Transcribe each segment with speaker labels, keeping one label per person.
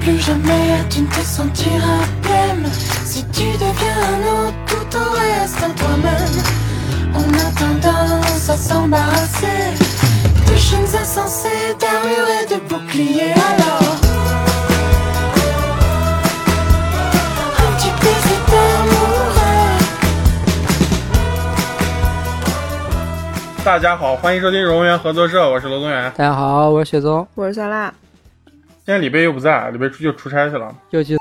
Speaker 1: Plus jamais tu ne te sentiras pleine Si tu deviens un autre, tout en reste en toi-même On a tendance à s'embarrasser De chaînes insensées, d'armures et de boucliers Alors Un petit baiser d'amour
Speaker 2: 大家好，欢迎收听荣源合作社，我是罗宗元。
Speaker 3: 大家好，我是雪宗，
Speaker 4: 我是酸辣，
Speaker 2: 今天李贝又不在，李贝出就出差去了，
Speaker 3: 又去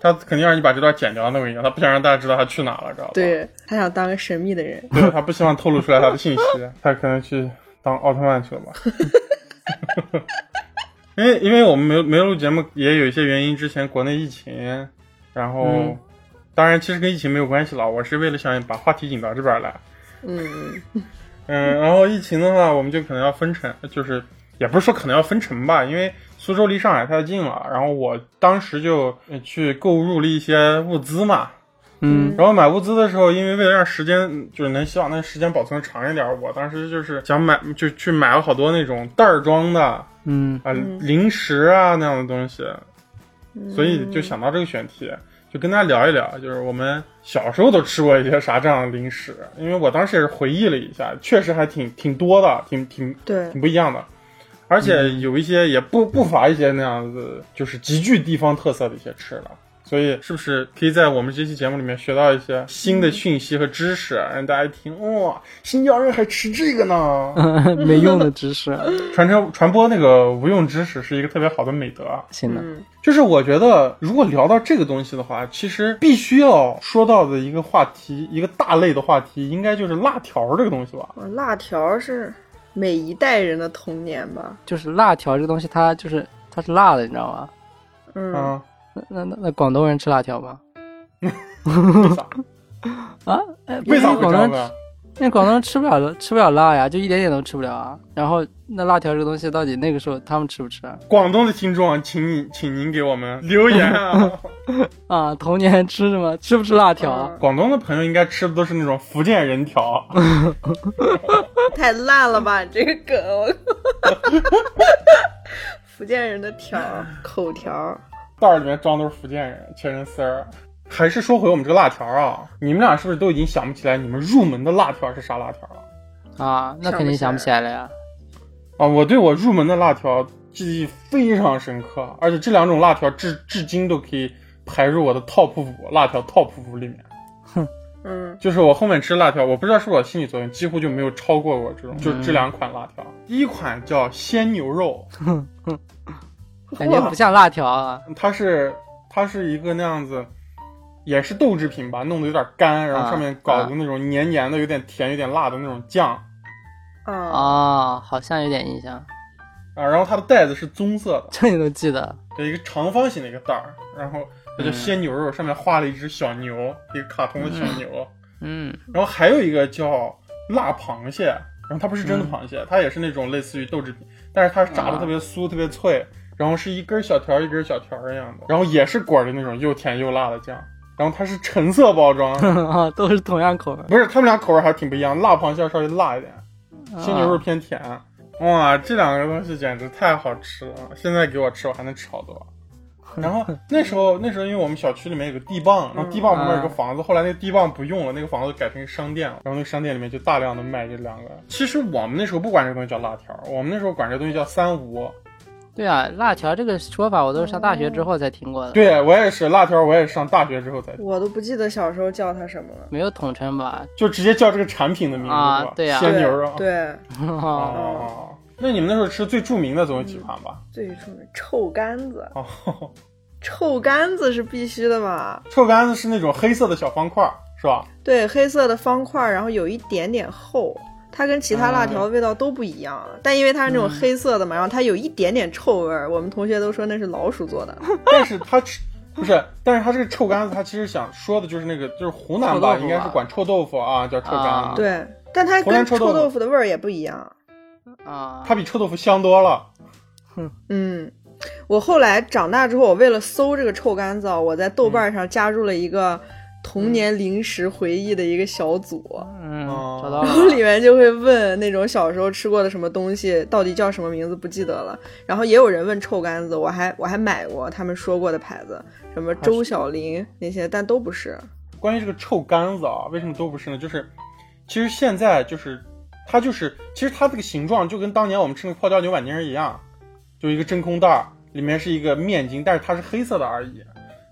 Speaker 2: 他肯定让你把这段剪掉。那我跟你讲，他不想让大家知道他去哪了，知道吧？
Speaker 4: 对他想当个神秘的人，
Speaker 2: 对，他不希望透露出来他的信息，他可能去当奥特曼去了吧。 因为因为我们没有没有录节目，也有一些原因。之前国内疫情，然后、
Speaker 3: 嗯
Speaker 2: 当然其实跟疫情没有关系了，我是为了想把话题引到这边来。
Speaker 4: 嗯，
Speaker 2: 嗯，然后疫情的话，我们就可能要分成，就是也不是说可能要分成吧，因为苏州离上海太近了。然后我当时就呃去购入了一些物资嘛，
Speaker 3: 嗯
Speaker 2: 然后买物资的时候，因为为了让时间就是能希望那时间保存长一点，我当时就是想买就去买了好多那种袋儿装的啊、
Speaker 3: 嗯
Speaker 2: 零食啊那样的东西，所以就想到这个选题，就跟大家聊一聊，就是我们小时候都吃过一些啥这样的零食，因为我当时也是回忆了一下，确实还挺挺多的，挺挺
Speaker 4: 对
Speaker 2: 挺不一样的。而且有一些也不不乏一些那样子，就是极具地方特色的一些吃的，所以是不是可以在我们这期节目里面学到一些新的讯息和知识，啊让大家一听，哇、新疆人还吃这个呢？
Speaker 3: 嗯 没用的知识，
Speaker 2: 传承传播那个无用知识是一个特别好的美德啊。
Speaker 3: 行的，
Speaker 4: 嗯，
Speaker 2: 就是我觉得，如果聊到这个东西的话，其实必须要说到的一个话题，一个大类的话题，应该就是辣条这个东西吧。
Speaker 4: 哇辣条是每一代人的童年吧，
Speaker 3: 就是辣条这个东西，它就是它是辣的，你知道吗？
Speaker 4: 嗯，
Speaker 2: 啊，
Speaker 3: 那那那那广东人吃辣条吗？
Speaker 2: 为啥？
Speaker 3: 啊，哎
Speaker 2: 为啥
Speaker 3: 那
Speaker 2: 会这
Speaker 3: 广东
Speaker 2: 样啊
Speaker 3: 人
Speaker 2: 呢？
Speaker 3: 那广东人吃不了吃不了辣呀，就一点点都吃不了啊。然后那辣条这个东西，到底那个时候他们吃不吃啊？
Speaker 2: 广东的听众，请你，请您给我们留言啊！
Speaker 3: 啊，童年吃什么？吃不吃辣条？
Speaker 4: 嗯
Speaker 2: 广东的朋友应该吃的都是那种福建人条，
Speaker 4: 太烂了吧，这个梗，我靠福建人的条口条，
Speaker 2: 袋儿里面装都是福建人切成丝儿。还是说回我们这个辣条啊，你们俩是不是都已经想不起来你们入门的辣条是啥辣条了？
Speaker 3: 啊，那肯定想不起来了呀。
Speaker 2: 啊，我对我入门的辣条记忆非常深刻，而且这两种辣条至至今都可以排入我的 top 五辣条 top 五里面。
Speaker 4: 嗯
Speaker 2: 就是我后面吃辣条，我不知道是不是我心理作用，几乎就没有超过过这种，就这两款辣条。第一款叫鲜牛肉，
Speaker 3: 感觉不像辣条啊。
Speaker 2: 它是它是一个那样子，也是豆制品吧，弄得有点干，然后
Speaker 3: 啊
Speaker 2: 上面搞的那种黏黏的、有点甜、有点辣的那种酱
Speaker 4: 啊，
Speaker 3: 啊，好像有点印象，
Speaker 2: 啊。然后它的袋子是棕色的，
Speaker 3: 这你都记得。
Speaker 2: 有一个长方形的一个袋儿，然后它
Speaker 3: 嗯
Speaker 2: 叫鲜牛肉，上面画了一只小牛，一个卡通的小牛，
Speaker 3: 嗯
Speaker 2: 然后还有一个叫辣螃蟹，然后它不是真的螃蟹，它也是那种类似于豆制品，但是它是炸的
Speaker 3: 嗯啊
Speaker 2: 特别酥、特别脆，然后是一根小条儿一根小条儿一样的，然后也是裹着那种又甜又辣的酱，然后它是橙色包装，
Speaker 3: 啊， 都是同样口味。
Speaker 2: 不是，他们俩口味还挺不一样，辣螃蟹稍微辣一点，
Speaker 3: 嗯
Speaker 2: 鲜牛肉偏甜。哇，这两个东西简直太好吃了！现在给我吃，我还能吃好 多。然后那时候，那时候因为我们小区里面有个地磅，然后地磅旁边
Speaker 3: 嗯
Speaker 2: 有个房子，后来那个地磅不用了，那个房子改成商店了。然后那个商店里面就大量的卖这两个。其实我们那时候不管这个东西叫辣条，我们那时候管这东西叫三无。
Speaker 3: 对啊，辣条这个说法我都是上大学之后才听过的，
Speaker 2: 对我也是辣条，我也是上大学之后才
Speaker 4: 我都不记得小时候叫它什么了，
Speaker 3: 没有统称 吧？
Speaker 2: 就直接叫这个产品的名字
Speaker 3: 啊
Speaker 2: 是吧
Speaker 3: 对呀
Speaker 2: 鲜牛肉。啊
Speaker 4: 对，对
Speaker 3: 啊
Speaker 2: 哦，那你们那时候吃最著名的总有几款吧？
Speaker 4: 最出名臭干子，
Speaker 2: 哦，
Speaker 4: 臭干子是必须的嘛，
Speaker 2: 臭干子是那种黑色的小方块儿，是吧？
Speaker 4: 对，黑色的方块儿，然后有一点点厚。它跟其他辣
Speaker 2: 啊
Speaker 4: 条的味道都不一样，啊但因为它是
Speaker 2: 嗯
Speaker 4: 那种黑色的嘛，然后它有一点点臭味儿，我们同学都说那是老鼠做的。
Speaker 2: 但是它吃不是，但是它这个臭干子，它其实想说的就是那个，就是湖南
Speaker 3: 臭
Speaker 2: 吧，
Speaker 3: 豆腐
Speaker 2: 应该
Speaker 3: 吧
Speaker 2: 是管臭豆腐啊叫臭干
Speaker 3: 啊
Speaker 2: 子，，
Speaker 4: 对，但它
Speaker 2: 湖南
Speaker 4: 跟
Speaker 2: 臭
Speaker 4: 臭
Speaker 2: 豆腐
Speaker 4: 豆腐的味儿也不一样。
Speaker 3: 啊！
Speaker 2: 它比臭豆腐香多了。
Speaker 4: 嗯，
Speaker 2: 嗯
Speaker 4: 我后来长大之后，我为了搜这个臭干子啊，我在豆瓣上加入了一个童年零食回忆的一个小组，
Speaker 3: 嗯，
Speaker 2: 哦
Speaker 3: 找到
Speaker 4: 然后
Speaker 3: 了，
Speaker 4: 里面就会问那种小时候吃过的什么东西，到底叫什么名字不记得了。然后也有人问臭干子，我还我还买过他们说过的牌子，什么周小林那些，但都不是。
Speaker 2: 关于这个臭杆子啊，为什么都不是呢？就是其实现在就是它就是其实它这个形状就跟当年我们吃那个泡椒牛板筋儿一样，就一个真空袋儿，里面是一个面筋，但是它是黑色的而已。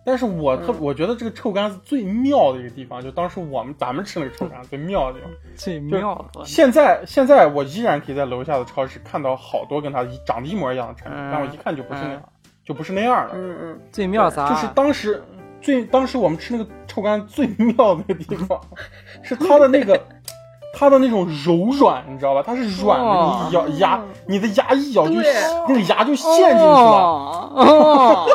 Speaker 2: 但是我
Speaker 3: 嗯
Speaker 2: 特、我觉得这个臭杆子最妙的一个地方，就当时我们咱们吃那个臭杆子最妙的地方，
Speaker 3: 最妙了，
Speaker 2: 现在现在我依然可以在楼下的超市看到好多跟它一长得一模一样的产品，
Speaker 3: 嗯
Speaker 2: 但我一看就不是那样，就不是那样的。
Speaker 4: 嗯嗯，
Speaker 3: 最妙啥？
Speaker 2: 就是当时最当时我们吃那个臭干最妙的地 方，是它的那个它的那种柔软，你知道吧？它是软
Speaker 3: 哦
Speaker 2: 的，你一咬牙，你的牙一咬就
Speaker 4: 对
Speaker 2: 那个牙就陷进去了。
Speaker 3: 哦哦，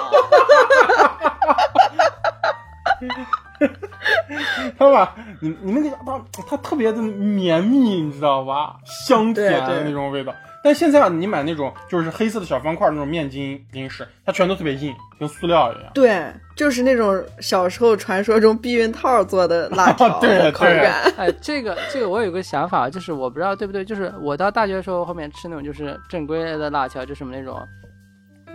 Speaker 2: 它把你你那个牙它它特别的绵密，你知道吧？香甜
Speaker 4: 对
Speaker 2: 的
Speaker 4: 对
Speaker 2: 那种味道。但现在啊你买那种就是黑色的小方块那种面筋零食，它全都特别硬，跟塑料一样。
Speaker 4: 对，就是那种小时候传说中避孕套做的辣条
Speaker 2: 啊对对
Speaker 4: 口感。
Speaker 3: 哎，这个这个我有个想法，就是我不知道对不对，就是我到大学的时候后面吃那种就是正规的辣条，就什么那种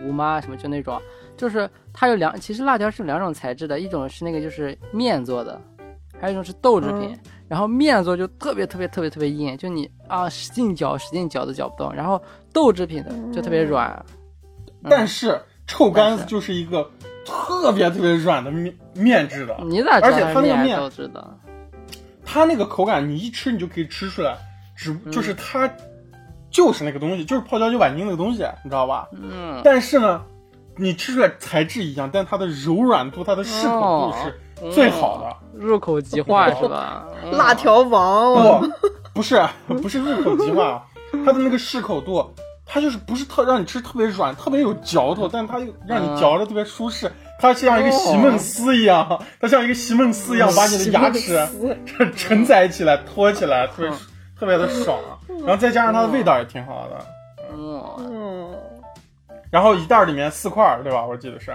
Speaker 3: 吴妈什么就那种，就是它有两，其实辣条是有两种材质的，一种是那个就是面做的，还有一种是豆制
Speaker 4: 嗯
Speaker 3: 品。然后面做就特别特别特别特别硬，就你啊使劲搅使劲搅都搅不动。然后豆制品的就特别
Speaker 4: 嗯
Speaker 3: 软，
Speaker 2: 但是臭干
Speaker 3: 但
Speaker 2: 子
Speaker 3: 是
Speaker 2: 就是一个特别特别软的面面质的，
Speaker 3: 你咋知
Speaker 2: 而且
Speaker 3: 道
Speaker 2: 它那个
Speaker 3: 面还是
Speaker 2: 面
Speaker 3: 豆制的？
Speaker 2: 它那个口感你一吃你就可以吃出来，只就是它就是那个东西，就是泡椒牛板筋那个东西，你知道吧？
Speaker 3: 嗯，
Speaker 2: 但是呢，你吃出来材质一样，但它的柔软度、它的适口度是最好的。
Speaker 3: 入口 即化是吧？嗯
Speaker 4: 辣条王，我
Speaker 3: 哦
Speaker 2: 不， 不是不是入口即化，它的那个适口度，它就是不是特让你吃特别软，特别有嚼头，但它又让
Speaker 3: 嗯
Speaker 2: 你嚼着特别舒适，它像一个席梦思一样，它像一个席梦思一
Speaker 3: 嗯
Speaker 2: 样把你的牙齿 承承载起来、托起来，
Speaker 3: 嗯
Speaker 2: 特别特别的爽。啊然后再加上它的味道也挺好的，
Speaker 3: 嗯，
Speaker 4: 嗯，
Speaker 2: 然后一袋儿里面四块儿，对吧？我记得是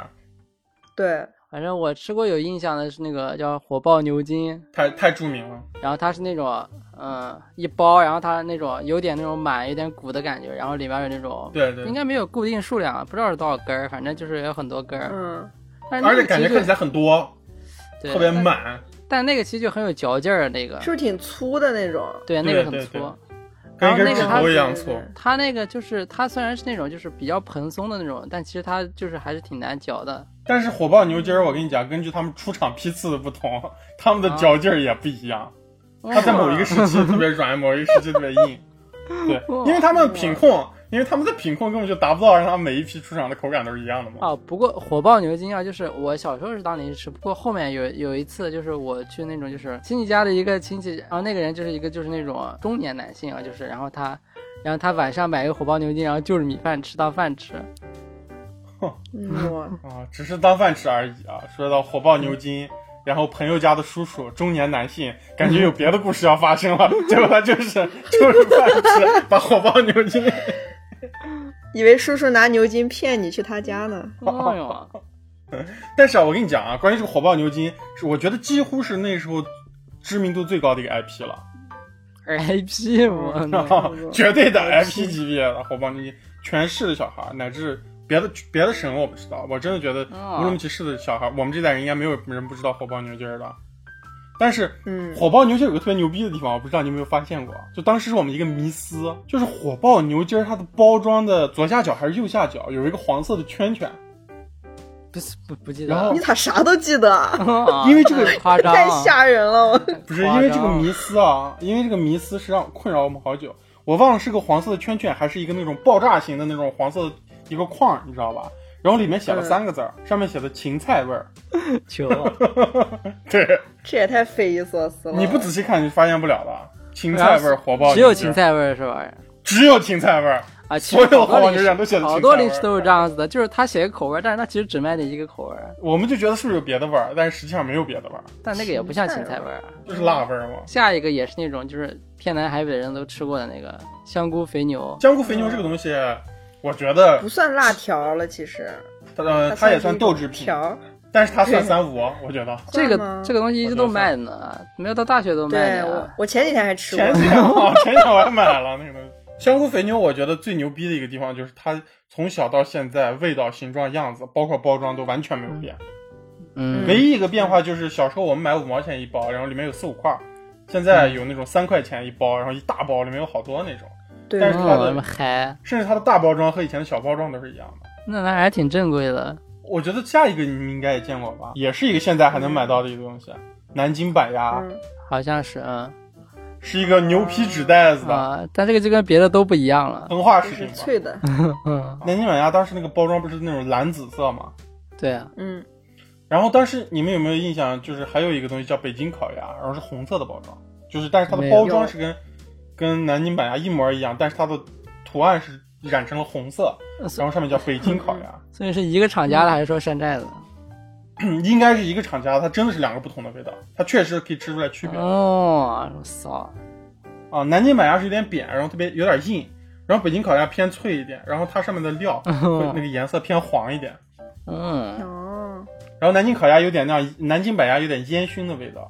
Speaker 4: 对，
Speaker 3: 反正我吃过有印象的是那个叫火爆牛筋，
Speaker 2: 太太著名了。
Speaker 3: 然后它是那种嗯一包，然后它那种有点那种满有点鼓的感觉，然后里面有那种
Speaker 2: 对对
Speaker 3: 应，该没有固定数量，啊不知道是多少根儿，反正就是有很多根儿，
Speaker 4: 嗯，
Speaker 3: 但是那
Speaker 2: 而
Speaker 3: 个
Speaker 2: 且感觉
Speaker 3: 其实
Speaker 2: 看起来很多，
Speaker 3: 对
Speaker 2: 特别满。
Speaker 3: 但那个其实就很有嚼劲儿，那个
Speaker 4: 是不是挺粗的那种？
Speaker 3: 对那
Speaker 2: 对
Speaker 3: 个很
Speaker 2: 对
Speaker 3: 粗。
Speaker 2: 跟一
Speaker 3: 然
Speaker 2: 根指
Speaker 3: 后那个它
Speaker 2: 头一样
Speaker 4: 是
Speaker 2: 粗，
Speaker 3: 它那个就是它虽然是那种就是比较蓬松的那种，但其实它就是还是挺难嚼的。
Speaker 2: 但是火爆牛筋儿，我跟你讲，根据他们出厂批次的不同， 他们的嚼劲儿也不一样。
Speaker 4: 啊
Speaker 2: 它在某一个时期特别软，某一个时期特别硬。对，因为他们品控，因为他们的品控根本就达不到让他们每一批出厂的口感都是一样的嘛。
Speaker 3: 啊，不过火爆牛筋啊，就是我小时候是当零食吃，不过后面有有一次，就是我去那种就是亲戚家的一个亲戚，然后那个人就是一个就是那种中年男性啊，就是然后他，然后他晚上买一个火爆牛筋，然后就是米饭吃当饭吃，
Speaker 4: 嗯，哇
Speaker 2: 啊，只是当饭吃而已啊。说到火爆牛筋，然后朋友家的叔叔，中年男性，感觉有别的故事要发生了，结果他就是就是饭吃，把火爆牛筋。
Speaker 4: 以为叔叔拿牛筋骗你去他家呢。
Speaker 3: 哎呦，
Speaker 2: 但是啊，我跟你讲啊，关于这个火爆牛筋，是我觉得几乎是那时候知名度最高的一个 IP 了，
Speaker 3: ，IP 我呢，
Speaker 2: 绝嗯对的 IP 级别的火爆牛筋，全市的小孩儿乃至别的别的省我不知道，我真的觉得
Speaker 3: 哦
Speaker 2: 乌鲁木齐市的小孩儿，我们这代人应该没有人不知道火爆牛筋儿的。但是
Speaker 4: 嗯，
Speaker 2: 火爆牛筋儿有个特别牛逼的地方，我不知道你有没有发现过，就当时是我们一个迷思，就是火爆牛筋儿它的包装的左下角还是右下角有一个黄色的圈圈，
Speaker 3: 不是不不记得
Speaker 2: 然后
Speaker 3: 了，
Speaker 4: 你咋啥都记得啊？
Speaker 3: 啊
Speaker 2: 因为这个
Speaker 3: 夸张
Speaker 4: 太
Speaker 3: 啊，
Speaker 4: 吓人了！我
Speaker 2: 不是因为这个迷思啊，因为这个迷思是让困扰我们好久。我忘了是个黄色的圈圈，还是一个那种爆炸型的那种黄色的一个框儿，你知道吧？然后里面写了
Speaker 4: 嗯
Speaker 2: 三个字儿，上面写的芹菜味儿。
Speaker 3: 球，
Speaker 2: 对，
Speaker 4: 这也太匪夷所思 了。
Speaker 2: 你不仔细看你发现不了的，芹菜味儿火爆，
Speaker 3: 只有芹，菜味儿是吧？
Speaker 2: 只有芹菜味儿。
Speaker 3: 啊，其
Speaker 2: 所
Speaker 3: 实
Speaker 2: 有
Speaker 3: 好
Speaker 2: 火
Speaker 3: 多
Speaker 2: 爆
Speaker 3: 零
Speaker 2: 牛
Speaker 3: 食
Speaker 2: 展都写的
Speaker 3: 好
Speaker 2: 芹
Speaker 3: 多
Speaker 2: 菜味
Speaker 3: 零食
Speaker 2: 儿，
Speaker 3: 都是这样子的，就是他写个口味儿，但是他其实只卖你一个口味儿，
Speaker 2: 我们就觉得是不是有别的味儿，但实际上没有别的味儿，
Speaker 3: 但那个也不像芹菜味儿啊。
Speaker 2: 就是辣味儿嘛。
Speaker 3: 下一个也是那种就是天南海北的人都吃过的那个香菇肥牛，
Speaker 2: 香菇肥牛这个东西，我觉得
Speaker 4: 不算辣条了，其实
Speaker 2: 它呃它也算
Speaker 4: 算是一种
Speaker 2: 豆制品，
Speaker 4: 条儿。
Speaker 2: 但是它算三五，我觉得
Speaker 3: 这
Speaker 4: 算吗
Speaker 3: 个这个东西一直
Speaker 2: 我觉得
Speaker 3: 都卖呢，没有到大学都卖
Speaker 4: 对
Speaker 3: 呢。
Speaker 4: 我，我前几天还吃过
Speaker 2: 啊前，几天 啊，前几天我还买了那个东西。 香菇肥牛，我觉得最牛逼的一个地方就是它从小到现在味道、形状、样子，包括包装都完全没有变。
Speaker 3: 嗯，
Speaker 2: 唯一一个变化就是小时候我们买五毛钱一包，然后里面有四五块儿，现在有那种三块钱一包，然后一大包里面有好多那种，
Speaker 4: 对
Speaker 2: 但是它
Speaker 3: 哦，
Speaker 2: 的
Speaker 3: 那么嗨，
Speaker 2: 甚至它的大包装和以前的小包装都是一样的。
Speaker 3: 那那还挺正规的。
Speaker 2: 我觉得下一个你们应该也见过吧，也是一个现在还能买到的一个东西，南京板鸭、
Speaker 4: 嗯
Speaker 3: 好像是，嗯
Speaker 2: 是一个牛皮纸袋子的
Speaker 3: 啊，但这个就跟别的都不一样了。
Speaker 2: 膨化
Speaker 4: 嗯就
Speaker 2: 食
Speaker 4: 是
Speaker 2: 品
Speaker 4: 脆的，
Speaker 3: 嗯，
Speaker 2: 南京板鸭当时那个包装不是那种蓝紫色吗？
Speaker 3: 对啊，
Speaker 4: 嗯，
Speaker 2: 然后当时你们有没有印象？就是还有一个东西叫北京烤鸭，然后是红色的包装，就是但是它的
Speaker 3: 没有
Speaker 2: 包装是跟跟南京板鸭一模一样，但是它的图案是染成了红色，
Speaker 3: 呃
Speaker 2: 然后上面叫北京烤鸭，
Speaker 3: 所以是一个厂家的还是说山寨的？
Speaker 2: 应该是一个厂家，它真的是两个不同的味道，它确实可以吃出来区
Speaker 3: 嗯
Speaker 2: 别
Speaker 3: 哦，我操，
Speaker 2: 啊。南京板鸭是有点扁，然后特别有点硬，然后北京烤鸭偏脆一点，然后它上面的 料会那个颜色偏黄一点，
Speaker 3: 嗯，
Speaker 4: 哦，
Speaker 2: 然后南京烤鸭有点那样，南京板鸭有点烟熏的味道，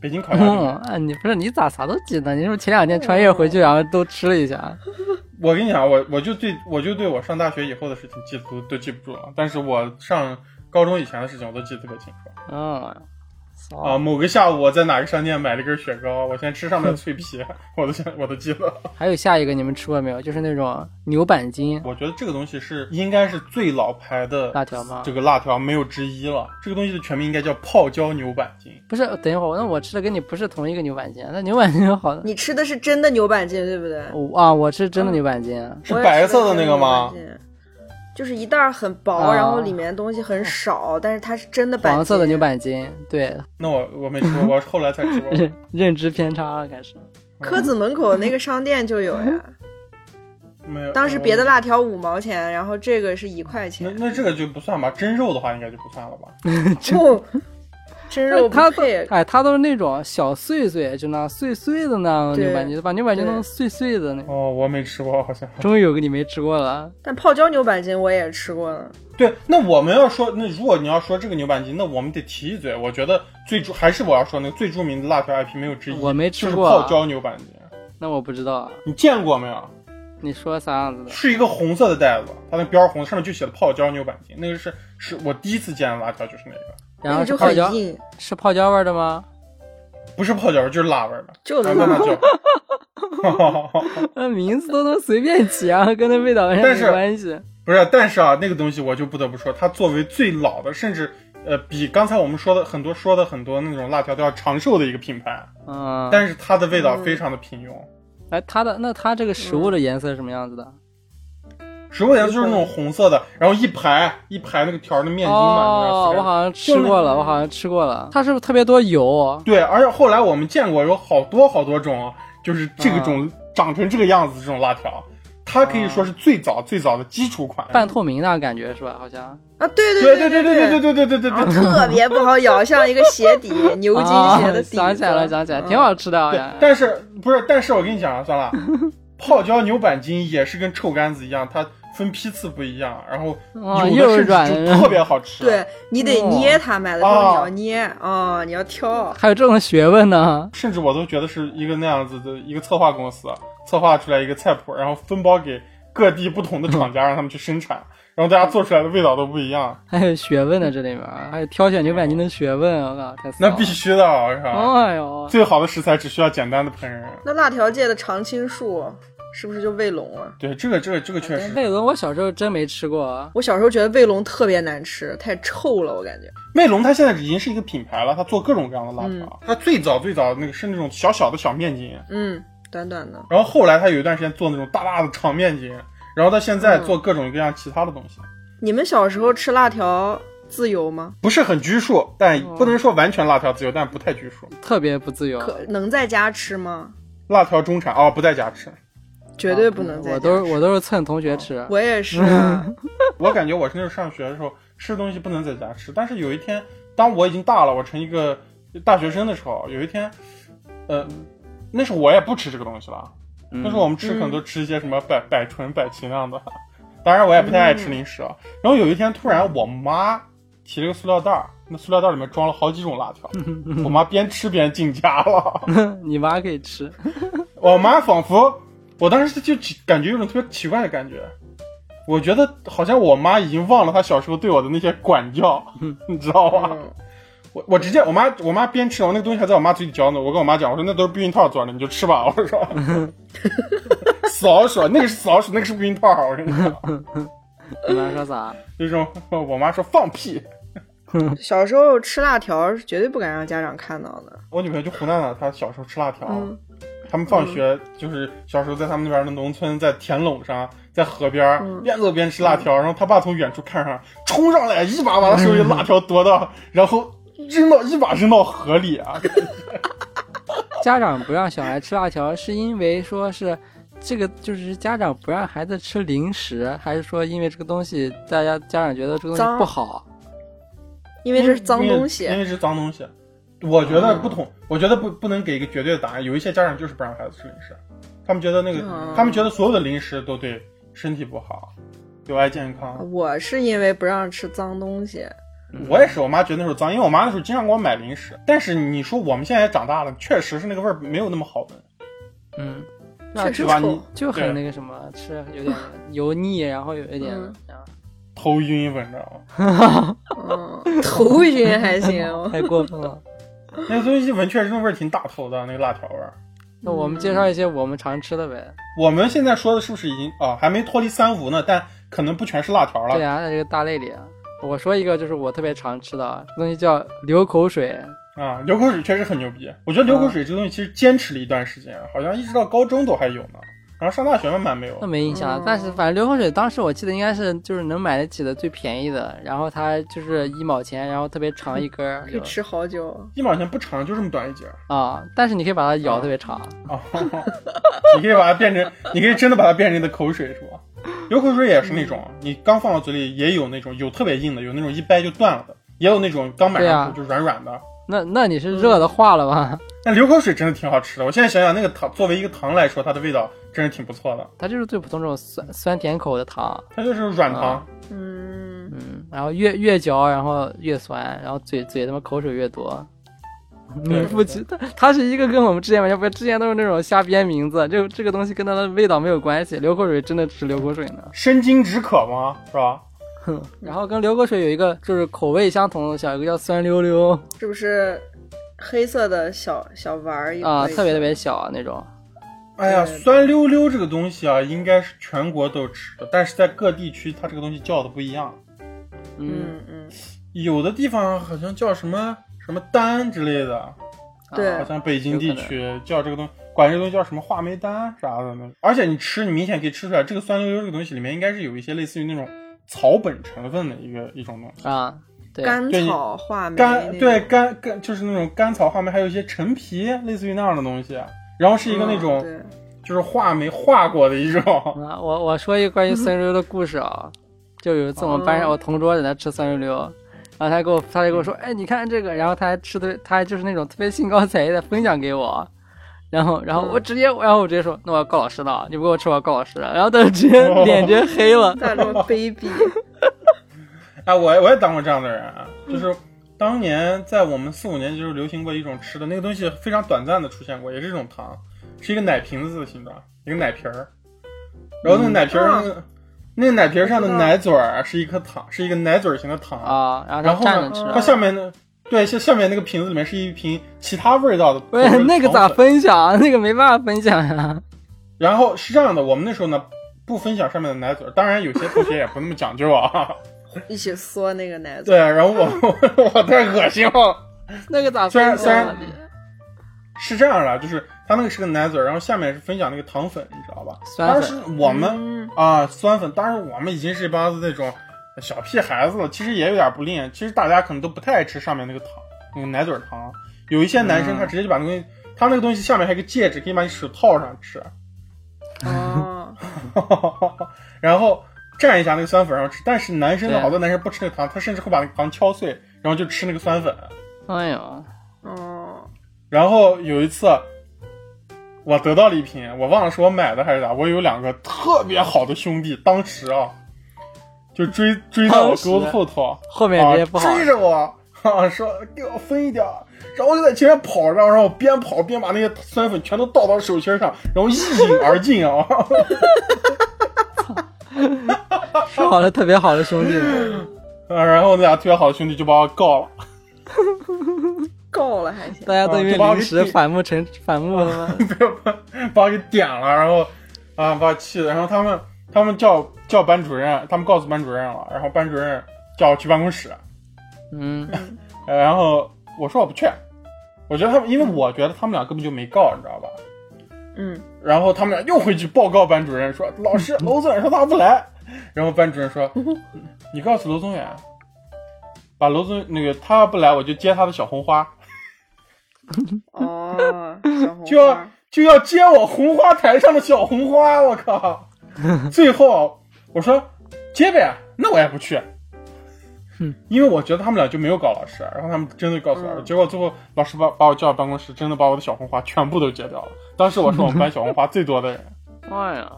Speaker 2: 北京烤鸭就没有。
Speaker 3: 嗯，哎你不是你咋啥都记得？你是不是前两天穿越回
Speaker 4: 嗯
Speaker 3: 去，然后都吃了一下？
Speaker 2: 我跟你讲，我我就对我就对我上大学以后的事情记都都记不住了，但是我上高中以前的事情我都记得特别清楚
Speaker 3: 嗯，
Speaker 2: 啊、
Speaker 3: 操，
Speaker 2: 某个下午我在哪个商店买了根雪糕，我先吃上面的脆皮，我都想我都记得。
Speaker 3: 还有下一个你们吃过没有？就是那种牛板筋
Speaker 2: 我觉得这个东西是应该是最老牌的
Speaker 3: 辣条吗
Speaker 2: 这？个 辣条没有之一了。这个东西的全名应该叫泡椒牛板筋。
Speaker 3: 不是，等一会儿，那我吃的跟你不是同一个牛板筋，那牛板筋好的，
Speaker 4: 你吃的是真的牛板筋，对不对？
Speaker 3: 我啊，我吃真的牛板筋，
Speaker 2: 是
Speaker 4: 我也
Speaker 2: 白
Speaker 4: 吃的
Speaker 2: 色的那个吗
Speaker 4: 真？的牛板筋？就是一袋儿很薄，
Speaker 3: 啊
Speaker 4: 然后里面东西很少，但是它是真的板筋
Speaker 3: 黄色的牛板筋，对，
Speaker 2: 那我我没吃过，我是后来才吃过。
Speaker 3: 认认知偏差了，开始。
Speaker 4: 科子门口那个商店就 有呀。
Speaker 2: 没有。
Speaker 4: 当时别的辣条五毛钱，然后这个是一块
Speaker 2: 那
Speaker 4: 钱。
Speaker 2: 嗯那这个就不算吧，真肉的话应该就不算了吧。
Speaker 4: 不，哦真肉不
Speaker 3: 它都
Speaker 4: 配。
Speaker 3: 哎，它都是那种小碎碎，就那碎碎的那
Speaker 4: 对
Speaker 3: 牛板筋，把牛板筋
Speaker 4: 对
Speaker 3: 弄成碎碎的那。
Speaker 2: 哦，我没吃过，好像。
Speaker 3: 终于有个你没吃过了，
Speaker 4: 但泡椒牛板筋我也吃过了，
Speaker 2: 对，那我们要说，那如果你要说这个牛板筋，那我们得提一嘴。我觉得最著还是我要说那个最著名的辣条 IP 没有之一，
Speaker 3: 我没
Speaker 2: 就
Speaker 3: 吃
Speaker 2: 是
Speaker 3: 过啊
Speaker 2: 泡椒牛板筋。
Speaker 3: 那我不知道啊
Speaker 2: 你见过没有？
Speaker 3: 你说啥样子的。
Speaker 2: 是一个红色的袋子，它那标红，上面就写了泡椒牛板筋。那个是是我第一次见的辣条，就是那个，
Speaker 3: 然后
Speaker 4: 那个
Speaker 3: 是
Speaker 4: 就
Speaker 3: 泡
Speaker 4: 很
Speaker 3: 椒，
Speaker 4: 硬，
Speaker 3: 是泡椒味儿的吗？
Speaker 2: 不是泡椒，就是辣味儿的。
Speaker 4: 就
Speaker 2: 然后
Speaker 4: 辣
Speaker 2: 那就，
Speaker 3: 那名字都能随便起啊，跟那味道完全
Speaker 2: 但是
Speaker 3: 没关系。
Speaker 2: 不是，但是啊，那个东西我就不得不说，它作为最老的，甚至呃比刚才我们说的很多说的很多那种辣条都要长寿的一个品牌，
Speaker 3: 嗯，
Speaker 2: 但是它的味道非常的平庸。
Speaker 3: 哎，它的那它这个食物
Speaker 4: 嗯
Speaker 3: 的颜色是什么样子的？
Speaker 2: 植物颜色就是那种红色的，然后一排一排那个条儿的面筋嘛，
Speaker 3: 哦，
Speaker 2: 你知道
Speaker 3: 我
Speaker 2: 吗？
Speaker 3: 好像吃过了，我好像吃过了。它是不是特别多油？啊
Speaker 2: 对，而且后来我们见过有好多好多种，啊就是这
Speaker 3: 嗯
Speaker 2: 个种、长成这个样子这种辣条，它可以说是最早最早的基础款。
Speaker 3: 嗯半透明那感觉是吧？好像
Speaker 4: 啊！对
Speaker 2: 对
Speaker 4: 对
Speaker 2: 对对对对
Speaker 4: 对
Speaker 2: 对对对对
Speaker 3: 啊
Speaker 4: 然后
Speaker 2: 对。
Speaker 4: 特别不好咬，像一个鞋底，牛津鞋
Speaker 3: 啊
Speaker 4: 的底子。
Speaker 3: 想起来了，想起来，
Speaker 4: 嗯
Speaker 3: 挺好吃的，好
Speaker 2: 对
Speaker 3: 像，。
Speaker 2: 但是不是？但是我跟你讲啊，算了，泡椒牛板筋也是跟臭干子一样，它分批次不一样，然后有
Speaker 3: 哦
Speaker 2: 的
Speaker 3: 又
Speaker 2: 甚
Speaker 3: 软
Speaker 2: 至就特别好吃。啊
Speaker 4: 对你得
Speaker 3: 哦
Speaker 4: 捏它，买的时
Speaker 2: 哦
Speaker 4: 候你要捏啊、你要挑。
Speaker 3: 还有这种学问呢？
Speaker 2: 甚至我都觉得是一个那样子的一个策划公司啊策划出来一个菜谱，然后分包给各地不同的厂家，让他们去生产，然后大家做出来的味道都不一样，
Speaker 3: 还有学问呢，这里面还有挑选牛板筋的学问，我靠，太骚
Speaker 2: 那
Speaker 3: 了
Speaker 2: 必。须的，我靠！
Speaker 3: 哎呦，
Speaker 2: 最好的食材只需要简单的烹饪。
Speaker 4: 那辣条界的常青树是不是就卫龙啊？
Speaker 2: 对，这个这个这个确实，
Speaker 3: 卫龙我小时候真没吃过，
Speaker 4: 我小时候觉得卫龙特别难吃，太臭了，我感觉。
Speaker 2: 卫龙它现在已经是一个品牌了，它做各种各样的辣条。它最早最早那个是那种小小的小面筋，
Speaker 4: 嗯，短短的。
Speaker 2: 然后后来它有一段时间做那种大大的长面筋，然后到现在做各种各样其他的东西，
Speaker 4: 你们小时候吃辣条自由吗？
Speaker 2: 不是很拘束，但不能说完全辣条自由，但不太拘束。
Speaker 3: 特别不自由。
Speaker 4: 可能在家吃吗？
Speaker 2: 辣条中产哦，不在家吃。
Speaker 4: 绝对不能在家
Speaker 3: 啊我
Speaker 4: 吃。
Speaker 3: 都是我都是蹭同学吃。
Speaker 4: 我也 是啊，
Speaker 2: 我感觉我是那种上学的时候吃东西不能在家吃，但是有一天，当我已经大了，我成一个大学生的时候，有一天，呃，那时候我也不吃这个东西了。
Speaker 3: 嗯
Speaker 2: 那时候我们吃可能都吃一些什么百百 醇、百奇那样的，当然我也不太爱吃零食啊。然后有一天突然我妈提了个塑料袋儿，那塑料袋儿里面装了好几种辣条，我妈边吃边进家了。
Speaker 3: 你妈可以吃，
Speaker 2: 我妈仿佛，我当时就奇感觉有种特别奇怪的感觉，我觉得好像我妈已经忘了她小时候对我的那些管教， 你知道吗？
Speaker 4: 嗯，
Speaker 2: 我我直接我妈我妈边吃，我那个东西还在我妈嘴里嚼呢。我跟我妈讲，我说那都是避孕套装的，你就吃吧。我 说，死老鼠，那个是死老鼠，那个是避孕套。我跟你讲，
Speaker 3: 你妈说啥？
Speaker 2: 就这种。我妈说放屁。
Speaker 4: 小时候吃辣条是绝对不敢让家长看到的。
Speaker 2: 我女朋友就胡娜娜，她小时候吃辣条，
Speaker 4: 嗯
Speaker 2: 他们放学就是小时候在他们那边的农村，在田垄上，在河边儿
Speaker 4: 嗯
Speaker 2: 边走边吃辣条，然后他爸从远处看上，冲上来一把把他手里辣条夺到，然后扔到一把扔到河里啊。
Speaker 3: 家长不让小孩吃辣条，是因为说是这个就是家长不让孩子吃零食，还是说因为这个东西大家家长觉得这个东
Speaker 4: 脏
Speaker 3: 西不好？
Speaker 4: 因 为这是脏东西嗯
Speaker 2: 因为，因为是脏东西。我觉得不同，我觉得不不能给一个绝对的答案。有一些家长就是不让孩子吃零食，他们觉得那个，
Speaker 4: 嗯
Speaker 2: 他们觉得所有的零食都对身体不好，有害健康。
Speaker 4: 我是因为不让吃脏东西。
Speaker 2: 我也是，我妈觉得那时候脏，因为我妈那时候经常给我买零食。但是你说我们现在长大了，确实是那个味儿没有那么好闻。
Speaker 3: 嗯，那
Speaker 4: 确
Speaker 3: 就
Speaker 4: 实
Speaker 2: 对吧
Speaker 4: 臭
Speaker 2: 你，
Speaker 3: 就
Speaker 2: 对
Speaker 3: 很那个什么，吃有点油腻，然后有一点
Speaker 4: 嗯
Speaker 3: 啊
Speaker 2: 头晕，闻着，
Speaker 4: 嗯，头晕 还行。
Speaker 3: 太过分了。
Speaker 2: 那个东西一闻确实那味儿挺大头的，那个辣条味儿。
Speaker 3: 那我们介绍一些我们常吃的呗。
Speaker 2: 我们现在说的是不是已经啊、还没脱离三无呢？但可能不全是辣条了。
Speaker 3: 对啊，在这个大类里啊，我说一个就是我特别常吃的啊这东西叫流口水。
Speaker 2: 啊，流口水确实很牛逼。我觉得流
Speaker 3: 嗯
Speaker 2: 口水这个东西其实坚持了一段时间，好像一直到高中都还有呢，然后上大学慢慢没有
Speaker 3: 那。没印象了。但是反正流口水当时我记得应该是就是能买得起的最便宜的，然后它就是一毛钱，然后特别长一根儿
Speaker 4: 可以吃好久，
Speaker 2: 一毛钱不长，就这么短一截儿
Speaker 3: 啊，但是你可以把它咬特别长，
Speaker 2: 啊！ 你可以把它变成，你可以真的把它变成你的口水是吧？流口水也是那
Speaker 3: 嗯
Speaker 2: 种，你刚放到嘴里也有那种有特别硬的，有那种一掰就断了的，也有那种刚买
Speaker 3: 对
Speaker 2: 上
Speaker 3: 啊
Speaker 2: 手就软软的。
Speaker 3: 那那你是热的化了吧？
Speaker 2: 但流口水真的挺好吃的，我现在想想，那个糖作为一个糖来说，它的味道真是挺不错的。
Speaker 3: 它就是最普通这种酸酸甜口的糖，
Speaker 2: 它就是软
Speaker 3: 啊
Speaker 2: 糖，
Speaker 4: 嗯，
Speaker 3: 嗯，然后越越嚼然后越酸，然后嘴嘴他妈口水越多。名副其它，它是一个跟我们之前完全不，之前都是那种瞎编名字，这这个东西跟它的味道没有关系。流口水真的只是流口水呢。
Speaker 2: 生津止渴嘛，是吧？
Speaker 3: 然后跟流口水有一个就是口味相同的，小一个叫酸溜溜
Speaker 4: 是不是黑色的小小丸儿一
Speaker 3: 啊，
Speaker 4: 块一
Speaker 3: 特别
Speaker 4: 块
Speaker 3: 特别小那种。
Speaker 2: 哎呀，
Speaker 4: 对
Speaker 2: 酸溜溜这个东西啊，应该是全国都吃的，但是在各地区它这个东西叫的不一样，
Speaker 3: 嗯，
Speaker 4: 嗯嗯，
Speaker 2: 有的地方好像叫什么什么丹之类的，
Speaker 4: 对
Speaker 3: 啊
Speaker 2: 好像北京地区叫这个东管这个东西叫什么话梅丹啥的呢。而且你吃，你明显可以吃出来，这个酸溜溜这个东西里面应该是有一些类似于那种草本成分的一个一种东西，
Speaker 3: 啊，对，
Speaker 4: 甘
Speaker 2: 对你
Speaker 4: 草话梅那
Speaker 2: 甘
Speaker 4: 种
Speaker 2: 对甘甘就是那种甘草话梅，还有一些陈皮，类似于那样的东西。啊然后是一个那种、
Speaker 4: 嗯
Speaker 2: 就是话梅化过的一种，
Speaker 3: 啊，我我说一个关于酸溜溜的故事啊，就有一次我们班
Speaker 2: 哦
Speaker 3: 上我同桌在那吃酸溜溜，然后他给我他就跟我
Speaker 2: 嗯
Speaker 3: 说，哎，你看这个，然后他还吃的，他还就是那种特别兴高采烈的分享给我，然后然
Speaker 2: 嗯
Speaker 3: 后我直接，然后我直接说，那我要告老师了，你不给我吃，我要告老师，然后他就直接
Speaker 2: 哦
Speaker 3: 脸直接黑了
Speaker 4: 对，，大众 baby，
Speaker 2: 哎，我也我也当过这样的人，啊，就是当年在我们四五年级就是流行过一种吃的，那个东西非常短暂的出现过，也是一种糖，是一个奶瓶子的形状，一个奶瓶儿，然后那
Speaker 3: 嗯
Speaker 2: 个奶瓶儿
Speaker 3: 哦
Speaker 2: 上的、那个奶瓶儿上的奶嘴儿是一颗糖，是一个奶嘴儿型的糖，
Speaker 3: 啊，然后
Speaker 2: 然
Speaker 3: 他
Speaker 2: 后
Speaker 3: 站着
Speaker 2: 呢
Speaker 3: 吃，
Speaker 2: 它下面呢，对，下下面那个瓶子里面是一瓶其他味道的，口味
Speaker 3: 喂
Speaker 2: 的，
Speaker 3: 那个
Speaker 2: 糖
Speaker 3: 咋
Speaker 2: 粉
Speaker 3: 分享？啊那个没办法分享呀、
Speaker 2: 然后是这样的，我们那时候呢不分享上面的奶嘴儿，当然有些同学也不那么讲究啊，
Speaker 4: 一起嗦那个奶嘴，
Speaker 2: 对，啊然后我 我我太恶心了。
Speaker 3: 那个咋
Speaker 2: 虽然
Speaker 3: 分
Speaker 2: 虽然
Speaker 3: 享？啊
Speaker 2: 是这样的，就是它那个是个奶嘴儿，然后下面是分享那个糖粉，你知道吧？
Speaker 3: 酸
Speaker 2: 当
Speaker 3: 粉
Speaker 2: 时我们
Speaker 4: 嗯
Speaker 2: 啊酸粉，当时我们已经是一帮子那种小屁孩子了，其实也有点不吝。其实大家可能都不太爱吃上面那个糖，那个奶嘴儿糖。有一些男
Speaker 3: 嗯
Speaker 2: 生他直接就把那个东西，他那个东西下面还有个戒指，可以把你手套上吃，
Speaker 4: 哦，
Speaker 2: 然后蘸一下那个酸粉上吃。但是男生的
Speaker 3: 对
Speaker 2: 好多男生不吃那个糖，他甚至会把那个糖敲碎，然后就吃那个酸粉。
Speaker 3: 哎呦，
Speaker 4: 哦，
Speaker 2: 然后有一次，我得到了一瓶，我忘了是我买的还是咋，我有两个特别好的兄弟，当时啊，就追追到我
Speaker 3: 当时
Speaker 2: 胳膊后 头，
Speaker 3: 后面
Speaker 2: 啊
Speaker 3: 人也不好
Speaker 2: 追着我。啊，说给我分一点儿，然后我就在前面跑着，然后我边跑边把那些酸粉全都倒到手心上，然后一饮而尽啊！
Speaker 3: 说好了特别好的兄弟们，
Speaker 2: 啊然后那俩特别好的兄弟就把我告了，
Speaker 4: 够了还行。
Speaker 3: 大家都因为
Speaker 2: 啊就把我给
Speaker 3: 零食
Speaker 2: 顶
Speaker 3: 反目成反目了吗？
Speaker 2: 把我给点了，然后啊把我气的，然后他们他们叫叫班主任，他们告诉班主任了，然后班主任叫我去办公室，
Speaker 3: 嗯，
Speaker 2: 呃然后我说我不去，我觉得他们，因为我觉得他们俩根本就没告，你知道吧？
Speaker 4: 嗯，
Speaker 2: 然后他们俩又回去报告班主任说，老师娄宗远说他不来，然后班主任说， 你告诉娄宗远，啊把娄宗那个他要不来，我就接他的小红花，
Speaker 4: 哦，小红
Speaker 2: 就要
Speaker 4: 花，
Speaker 2: 就要接我红花台上的小红花，我 靠！最后我说接呗，啊那我也不去
Speaker 3: 哼，
Speaker 2: 因为我觉得他们俩就没有搞老师，然后他们真的告诉老师，
Speaker 4: 嗯
Speaker 2: 结果最后老师把把我叫到办公室，真的把我的小红花全部都截掉了。当时我是我们班小红花最多的人，
Speaker 3: 哎呀，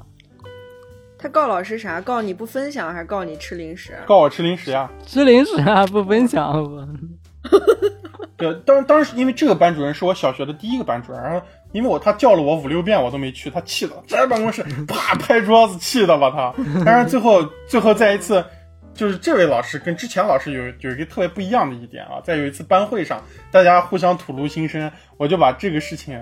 Speaker 4: 他告老师啥？告你不分享，还是告你吃零食？
Speaker 2: 告我吃零食呀。
Speaker 3: 吃零食啊，不分享不？
Speaker 2: 对，当当时因为这个班主任是我小学的第一个班主任，然后因为我他叫了我五六遍我都没去，他气的在办公室啪拍桌子，气的把他。但是最后最后在一次，就是这位老师跟之前老师有有一个特别不一样的一点啊，在有一次班会上，大家互相吐露心声，我就把这个事情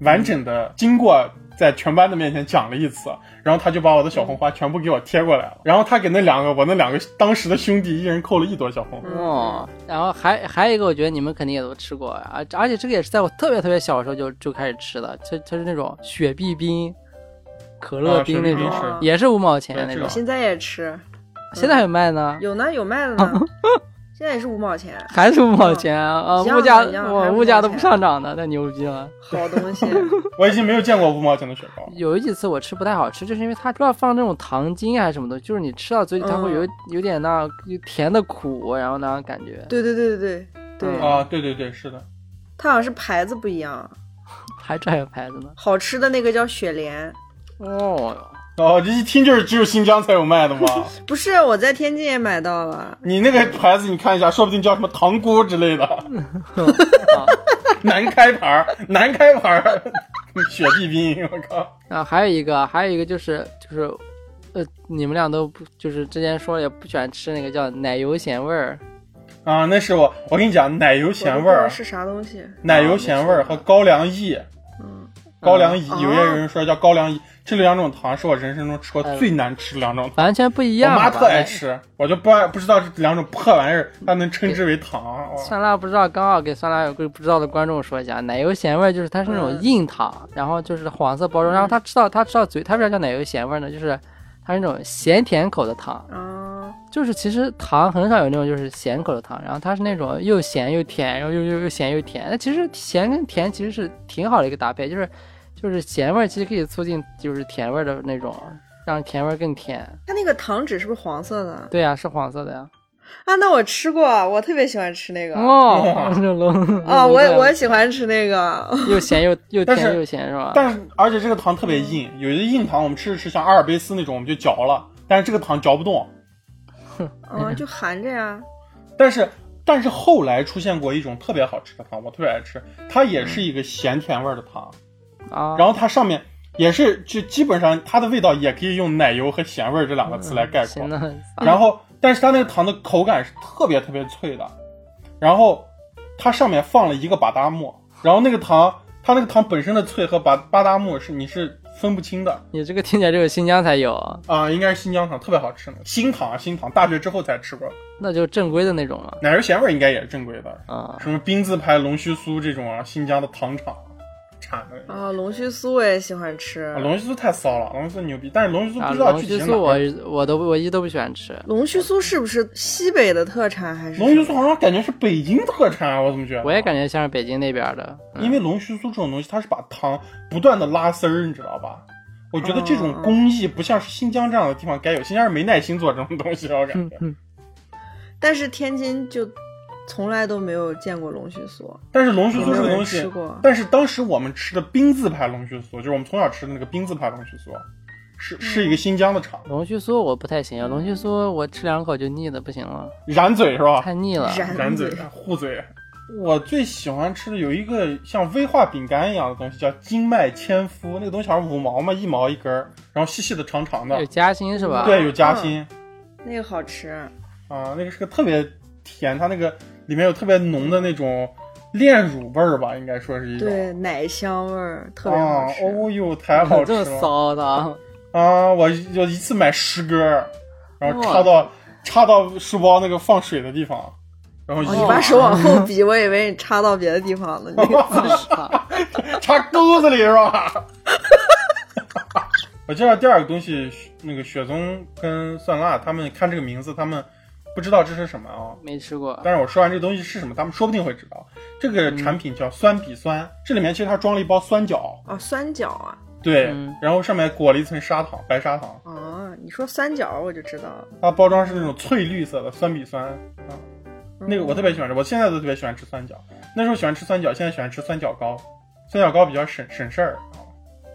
Speaker 2: 完整的经过在全班的面前讲了一次，然后他就把我的小红花全部给我贴过来了，然后他给那两个我那两个当时的兄弟一人扣了一朵小红花。
Speaker 3: 哦，然后还还有一个，我觉得你们肯定也都吃过啊，而且这个也是在我特别特别小的时候就就开始吃的，就就是那种雪碧冰、可乐
Speaker 2: 啊雪
Speaker 3: 冰
Speaker 2: 碧
Speaker 3: 那种，
Speaker 2: 冰
Speaker 4: 是
Speaker 3: 也是五毛钱
Speaker 2: 对
Speaker 3: 那
Speaker 2: 是
Speaker 3: 种
Speaker 2: 的，
Speaker 4: 现在也吃，
Speaker 3: 现在还有卖呢，
Speaker 4: 有呢，有卖 的呢。现在也是五毛钱，
Speaker 3: 还是五毛钱啊，啊
Speaker 4: 一样
Speaker 3: 物价
Speaker 4: 的一样的还
Speaker 3: 我
Speaker 4: 是
Speaker 3: 物价都
Speaker 4: 5毛
Speaker 3: 不
Speaker 4: 钱
Speaker 3: 上涨的，太牛逼了。
Speaker 4: 好 东西。
Speaker 2: 我已经没有见过五毛钱的雪糕了。
Speaker 3: 有几次我吃不太好吃，就是因为它不知道放那种糖精啊还是什么东西，就是你吃到嘴里它会有、有点那有甜的苦，然后那种感觉，
Speaker 4: 对对对对对对，
Speaker 3: 嗯
Speaker 2: 啊，对对对，是的，
Speaker 4: 它好像是牌子不一样，
Speaker 3: 还这还有牌子呢。
Speaker 4: 好吃的那个叫雪莲。
Speaker 3: 哦，
Speaker 2: 哦，这一听就是只有新疆才有卖的 嘛。
Speaker 4: 不是，我在天津也买到了。
Speaker 2: 你那个牌子你看一下，说不定叫什么糖锅之类 的，
Speaker 3: 啊
Speaker 2: 南开牌儿，南开牌儿，雪碧冰，我靠，
Speaker 3: 然后啊还有一个，还有一个就是就是，呃，你们俩都不就是之前说也不喜欢吃那个叫奶油咸味儿，
Speaker 2: 啊，那是我，我跟你讲，奶油咸味
Speaker 4: 我都不知道
Speaker 2: 儿，
Speaker 4: 是啥东西？
Speaker 2: 奶油咸味儿和高粱饴，
Speaker 4: 嗯
Speaker 2: 高粱饴，有
Speaker 4: 啊
Speaker 2: 些人说叫高粱饴，这两种糖是我人生中吃
Speaker 4: 哎
Speaker 2: 过最难吃的两种糖。
Speaker 3: 完全不一
Speaker 2: 我
Speaker 3: 样。
Speaker 2: 妈
Speaker 3: 好吧哎
Speaker 2: 特爱。吃，我就不爱不知道这两种破玩意儿，它能称之为糖。哦哇
Speaker 3: 酸辣不知道，刚好给酸辣有个不知道的观众说一下，奶油咸味儿就是它是那种
Speaker 2: 嗯
Speaker 3: 硬糖，然后就是黄色包装，然后它吃到它吃到嘴，它为啥叫奶油咸味儿呢？就是它是那种咸甜口的糖，
Speaker 4: 啊，
Speaker 3: 就是其实糖很少有那种就是咸口的糖，然后它是那种又咸又甜，然后又又又咸又甜。那其实咸跟甜其实是挺好的一个搭配，就是就是咸味儿其实可以促进就是甜味儿的那种，让甜味儿更甜。
Speaker 4: 它那个糖纸是不是黄色的？
Speaker 3: 对呀、是黄色的呀。
Speaker 4: 啊，那我吃过，我特别喜欢吃那个。
Speaker 3: 哦，这 种龙
Speaker 4: 啊，
Speaker 2: 嗯
Speaker 4: 我也我也喜欢吃那个。
Speaker 3: 又咸又又
Speaker 2: 但是
Speaker 3: 甜又咸是吧？
Speaker 2: 但是而且这个糖特别硬，有些硬糖我们吃着吃像阿尔卑斯那种我们就嚼了，但是这个糖嚼不动。
Speaker 4: 嗯，就含着呀。
Speaker 2: 但是但是后来出现过一种特别好吃的糖，我特别爱吃，它也是一个咸甜味儿的糖，
Speaker 3: 啊，
Speaker 2: 然后它上面也是就基本上它的味道也可以用奶油和咸味儿这两个词来概括
Speaker 3: 行。嗯那
Speaker 2: 然后但是它那个糖的口感是特别特别脆的，然后它上面放了一个巴达木，然后那个糖它那个糖本身的脆和巴巴达木是你是分不清的。
Speaker 3: 你这个听起来只有新疆才有，
Speaker 2: 啊、应该是新疆糖，特别好吃呢。新糖啊，新糖，大学之后才吃过。
Speaker 3: 那就正规的那种了
Speaker 2: 奶油咸味儿应该也是正规的，
Speaker 3: 啊。
Speaker 2: 什么冰字牌、龙须酥这种啊，新疆的糖厂产的。
Speaker 4: 啊，龙须酥我也喜欢吃
Speaker 2: 啊。龙须酥太骚了，龙须酥牛逼，但是龙须酥
Speaker 3: 啊，
Speaker 2: 不知道
Speaker 3: 龙
Speaker 2: 具
Speaker 3: 须
Speaker 2: 体是
Speaker 3: 酥
Speaker 2: 哪
Speaker 3: 我
Speaker 2: 儿。
Speaker 3: 我都不我一都不喜欢吃，
Speaker 4: 龙须酥是不是西北的特产还是？
Speaker 2: 龙须酥好像感觉是北京特产啊，我怎么觉得？
Speaker 3: 我也感觉像是北京那边儿的。嗯
Speaker 2: 因为龙须酥这种东西，它是把糖不断的拉丝儿，你知道吧？我觉得这种
Speaker 4: 哦
Speaker 2: 工艺不像是新疆这样的地方该有，新疆人没耐心做这种东西，我感
Speaker 3: 嗯
Speaker 2: 觉。
Speaker 4: 但是天津就从来都没有见过龙须酥。
Speaker 2: 但是龙须酥这
Speaker 4: 有
Speaker 2: 个
Speaker 4: 没有
Speaker 2: 东
Speaker 4: 人
Speaker 2: 西
Speaker 4: 吃过，
Speaker 2: 但是当时我们吃的冰字牌龙须酥，就是我们从小吃的那个冰字牌龙须酥，
Speaker 4: 嗯
Speaker 2: 是是一个新疆的厂，
Speaker 3: 龙须酥我不太行，龙须酥我吃两口就腻的不行了，
Speaker 2: 燃嘴是吧？
Speaker 3: 太腻了。
Speaker 4: 燃
Speaker 2: 燃嘴、啊护嘴。我最喜欢吃的有一个像威化饼干一样的东西，叫金麦千夫，那个东西好像五毛嘛，一毛一根儿，然后细细的、长长的
Speaker 3: 有，夹心是 吧？
Speaker 2: 对，有夹心。
Speaker 4: 那个好吃，
Speaker 2: 啊，那个是个特别甜，它那个里面有特别浓的那种炼乳味儿吧，应该说是一种。
Speaker 4: 对，奶香味儿特别
Speaker 2: 啊
Speaker 4: 好，吃。
Speaker 2: 嗯哦哟，太好吃
Speaker 3: 这么
Speaker 2: 了
Speaker 3: 骚 的啊，
Speaker 2: 啊！我就一次买十根儿，然后
Speaker 3: 哇
Speaker 2: 插到插到书包那个放水的地方，然后一
Speaker 4: 哦，你把手往后
Speaker 2: 嗯
Speaker 4: 比，我以为你插到别的地方了。你
Speaker 2: 插钩子里是吧？ 我介绍第二个东西，那个雪松跟蒜辣他们看这个名字，他们不知道这是什么啊？
Speaker 3: 没吃过。
Speaker 2: 但是我说完这东西是什么，他们说不定会知道。这个产品叫酸比酸，这里面其实它装了一包酸角，
Speaker 4: 哦，酸角啊，
Speaker 2: 对，
Speaker 3: 嗯
Speaker 2: 然后上面裹了一层砂糖，白砂糖，
Speaker 4: 哦，你说酸角我就知道了。
Speaker 2: 它包装是那种翠绿色的酸比酸啊。
Speaker 4: 嗯
Speaker 2: 那个我特别喜欢吃，我现在都特别喜欢吃酸角。那时候喜欢吃酸角，现在喜欢吃酸角糕。酸角糕比较省省事儿啊。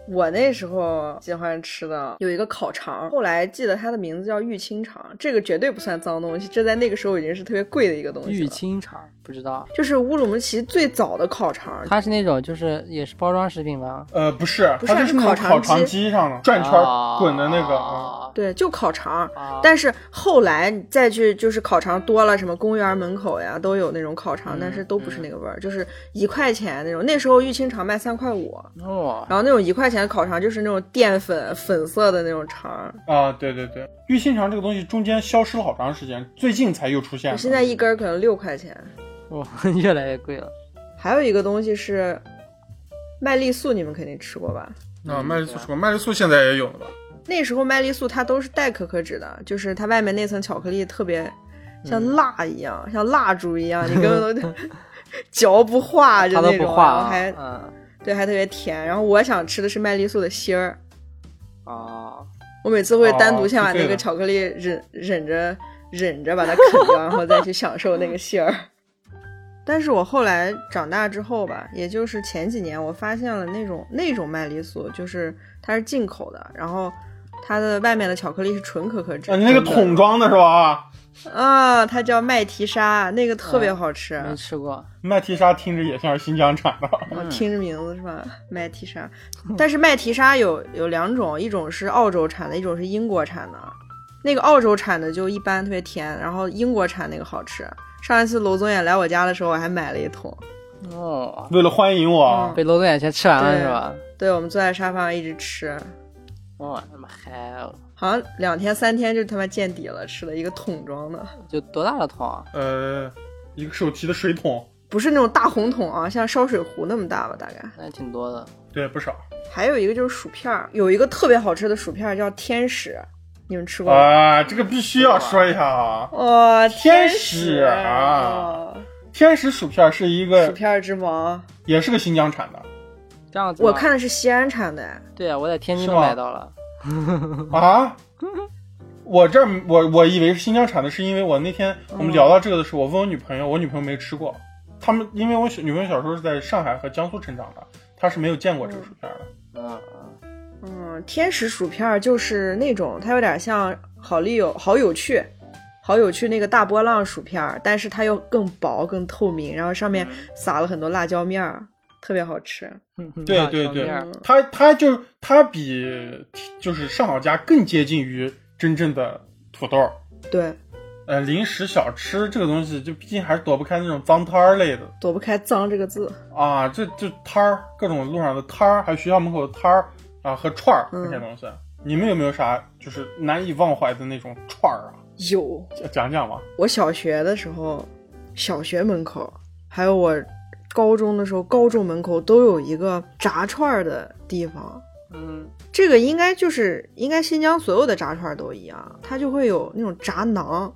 Speaker 4: 我那时候喜欢吃的有一个烤肠，后来记得它的名字叫玉清肠，这个绝对不算脏东西，这在那个时候已经是特别贵的一个东西
Speaker 3: 玉
Speaker 4: 了。
Speaker 3: 清肠不知道，
Speaker 4: 就是乌鲁木齐最早的烤肠，
Speaker 3: 它是那种就是也是包装食品吧？
Speaker 2: 呃，不是，
Speaker 4: 不是
Speaker 2: 它就是那
Speaker 4: 烤
Speaker 2: 种
Speaker 4: 肠
Speaker 2: 烤肠
Speaker 4: 机
Speaker 2: 机上的转圈儿滚的那个啊。
Speaker 3: 啊，
Speaker 4: 对，就烤肠。
Speaker 3: 啊
Speaker 4: 但是后来你再去就是烤肠多了，什么公园门口呀都有那种烤肠，
Speaker 3: 嗯
Speaker 4: 但是都不是那个味儿，就是一块钱那种。那时候玉清肠卖三块五，
Speaker 3: 哦，
Speaker 4: 然后那种一块钱的烤肠就是那种淀粉粉色的那种肠，
Speaker 2: 啊，对对对，玉清肠这个东西中间消失了好长时间，最近才又出现
Speaker 4: 我
Speaker 2: 了。
Speaker 4: 现在一根儿可能六块钱。
Speaker 3: 哇， 越来越贵了。
Speaker 4: 还有一个东西是麦丽素，你们肯定吃过吧？
Speaker 2: 啊，麦丽素什么？麦丽素现在也有了吧？
Speaker 4: 那时候麦丽素它都是带可可脂的，就是它外面那层巧克力特别
Speaker 3: 嗯
Speaker 4: 像蜡一样，像蜡烛一样，你根 本都嚼不化，就
Speaker 3: 它都
Speaker 4: 那
Speaker 3: 不
Speaker 4: 种，
Speaker 3: 化
Speaker 4: 然后
Speaker 3: 啊，
Speaker 4: 还
Speaker 3: 嗯
Speaker 4: 对，还特别甜。然后我想吃的是麦丽素的芯儿，
Speaker 3: 啊，
Speaker 4: 我每次会单独
Speaker 2: 哦
Speaker 4: 先
Speaker 2: 是
Speaker 4: 把
Speaker 2: 这
Speaker 4: 那个
Speaker 2: 个
Speaker 4: 巧克力忍忍着忍着把它啃掉，然后再去享受那个馅儿。 但是我后来长大之后吧，也就是前几年，我发现了那种那种麦丽素，就是它是进口的，然后它的外面的巧克力是纯可可脂。
Speaker 2: 啊，你那个
Speaker 4: 真的
Speaker 2: 桶装的是吧？
Speaker 4: 啊，它叫麦提莎，那个特
Speaker 2: 啊
Speaker 4: 别
Speaker 3: 嗯
Speaker 4: 好吃。
Speaker 3: 没吃过。
Speaker 2: 麦提莎听着也像是新疆产的，
Speaker 4: 我听着名字是吧？麦提莎，但是麦提莎有有两种，一种是澳洲产的，一种是英国产的。啊那个澳洲产的就一般，特别甜，然后英国产那个好吃。上一次娄宗远来我家的时候，我还买了一桶。
Speaker 3: 哦，
Speaker 2: 为了欢迎我啊，
Speaker 4: 嗯
Speaker 3: 被娄宗远先吃完了
Speaker 4: 啊对
Speaker 3: 是吧？
Speaker 4: 对，我们坐在沙发上一直吃，
Speaker 3: 哇，他妈嗨了，
Speaker 4: 好像两天三天就他妈见底了，吃了一个桶装的，
Speaker 3: 就多大的桶啊？
Speaker 2: 呃，一个手提的水桶，
Speaker 4: 不是那种大红桶啊，像烧水壶那么大吧，大概。
Speaker 3: 那也挺多的。
Speaker 2: 对，不少
Speaker 4: 还有一个就是薯片儿，有一个特别好吃的薯片儿叫天使，你们吃过吗？
Speaker 2: 啊，这个必须要说一下啊！
Speaker 4: 哇、
Speaker 2: 天
Speaker 4: 使
Speaker 2: 使啊
Speaker 4: 哦
Speaker 2: 天使薯片是一
Speaker 4: 薯
Speaker 2: 个，
Speaker 4: 片儿之王，
Speaker 2: 也是个新疆产的
Speaker 3: 这样子吗，
Speaker 4: 我看的是西安产的，
Speaker 3: 对啊，我在天津都
Speaker 2: 是吗
Speaker 3: 买到了。
Speaker 2: 啊。我这儿我我以为是新疆产的，是因为我那天我们聊到这个的时候，我问我女朋友，我女朋友没吃过。他们因为我小女朋友小时候是在上海和江苏成长的，她是没有见过这个薯片的。
Speaker 3: 嗯嗯，
Speaker 4: 嗯，天使薯片儿就是那种，它有点像好丽友好有趣，好有趣那个大波浪薯片儿，但是它又更薄更透明，然后上面撒了很多辣椒面儿，特别好吃。
Speaker 2: 对
Speaker 3: 辣
Speaker 2: 对
Speaker 3: 椒
Speaker 2: 对
Speaker 3: 面儿
Speaker 4: 嗯
Speaker 2: 它它就它比就是上好佳更接近于真正的土豆儿。
Speaker 4: 对，
Speaker 2: 呃，零食小吃这个东西，就毕竟还是躲不开那种脏摊儿类的
Speaker 4: 躲不开脏这个字。
Speaker 2: 啊，这这摊儿，各种路上的摊儿，还有学校门口的摊儿啊和串儿
Speaker 4: 嗯
Speaker 2: 这些东西。你们有没有啥就是难以忘怀的那种串儿啊？
Speaker 4: 有，
Speaker 2: 讲讲讲吧。
Speaker 4: 我小学的时候，小学门口，还有我高中的时候，高中门口都有一个炸串儿的地方。
Speaker 3: 嗯，
Speaker 4: 这个应该就是应该新疆所有的炸串儿都一样，它就会有那种炸馕、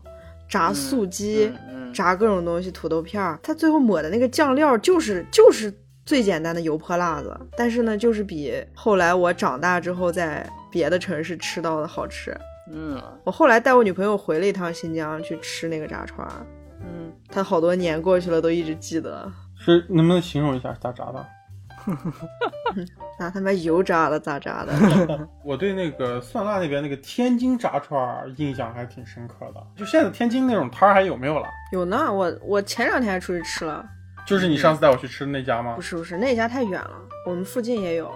Speaker 4: 炸素鸡、
Speaker 3: 嗯，
Speaker 4: 炸各种东西，土豆片儿。它最后抹的那个酱料就是就是最简单的油泼辣子，但是呢，就是比后来我长大之后在别的城市吃到的好吃。
Speaker 3: 嗯
Speaker 4: 我后来带我女朋友回了一趟新疆去吃那个炸串儿，
Speaker 3: 嗯，
Speaker 4: 她好多年过去了都一直记得。
Speaker 2: 是能不能形容一下是咋炸的？
Speaker 4: 拿他妈油炸了咋炸的？
Speaker 2: 我对那个蒜辣那边那个天津炸串儿印象还挺深刻的。就现在天津那种摊儿还有没有了？
Speaker 4: 有呢，我我前两天还出去吃了，
Speaker 2: 就是你上次带我去吃的那家
Speaker 3: 啊
Speaker 2: 吗
Speaker 4: 嗯不？是不是，那家太远了，我们附近也有。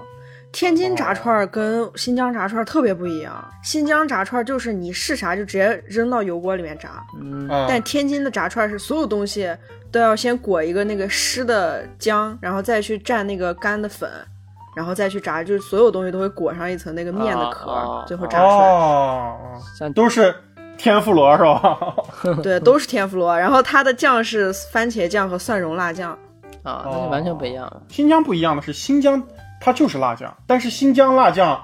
Speaker 4: 天津炸串儿跟新疆炸串儿特别不一样，新疆炸串儿就是你是啥就直接扔到油锅里面炸，
Speaker 3: 嗯，
Speaker 2: 啊、
Speaker 4: 但天津的炸串儿是所有东西都要先裹一个那个湿的浆，然后再去蘸那个干的粉，然后再去炸，就是所有东西都会裹上一层那个面的壳，
Speaker 3: 哦哦
Speaker 4: 最后炸出来。
Speaker 2: 哦，
Speaker 3: 像
Speaker 2: 都是天妇罗是吧？
Speaker 4: 对，都是天妇罗，然后它的酱是番茄酱和蒜蓉辣酱。
Speaker 3: 啊，那就完全不一样了。
Speaker 2: 新疆不一样的是，新疆它就是辣酱，但是新疆辣酱，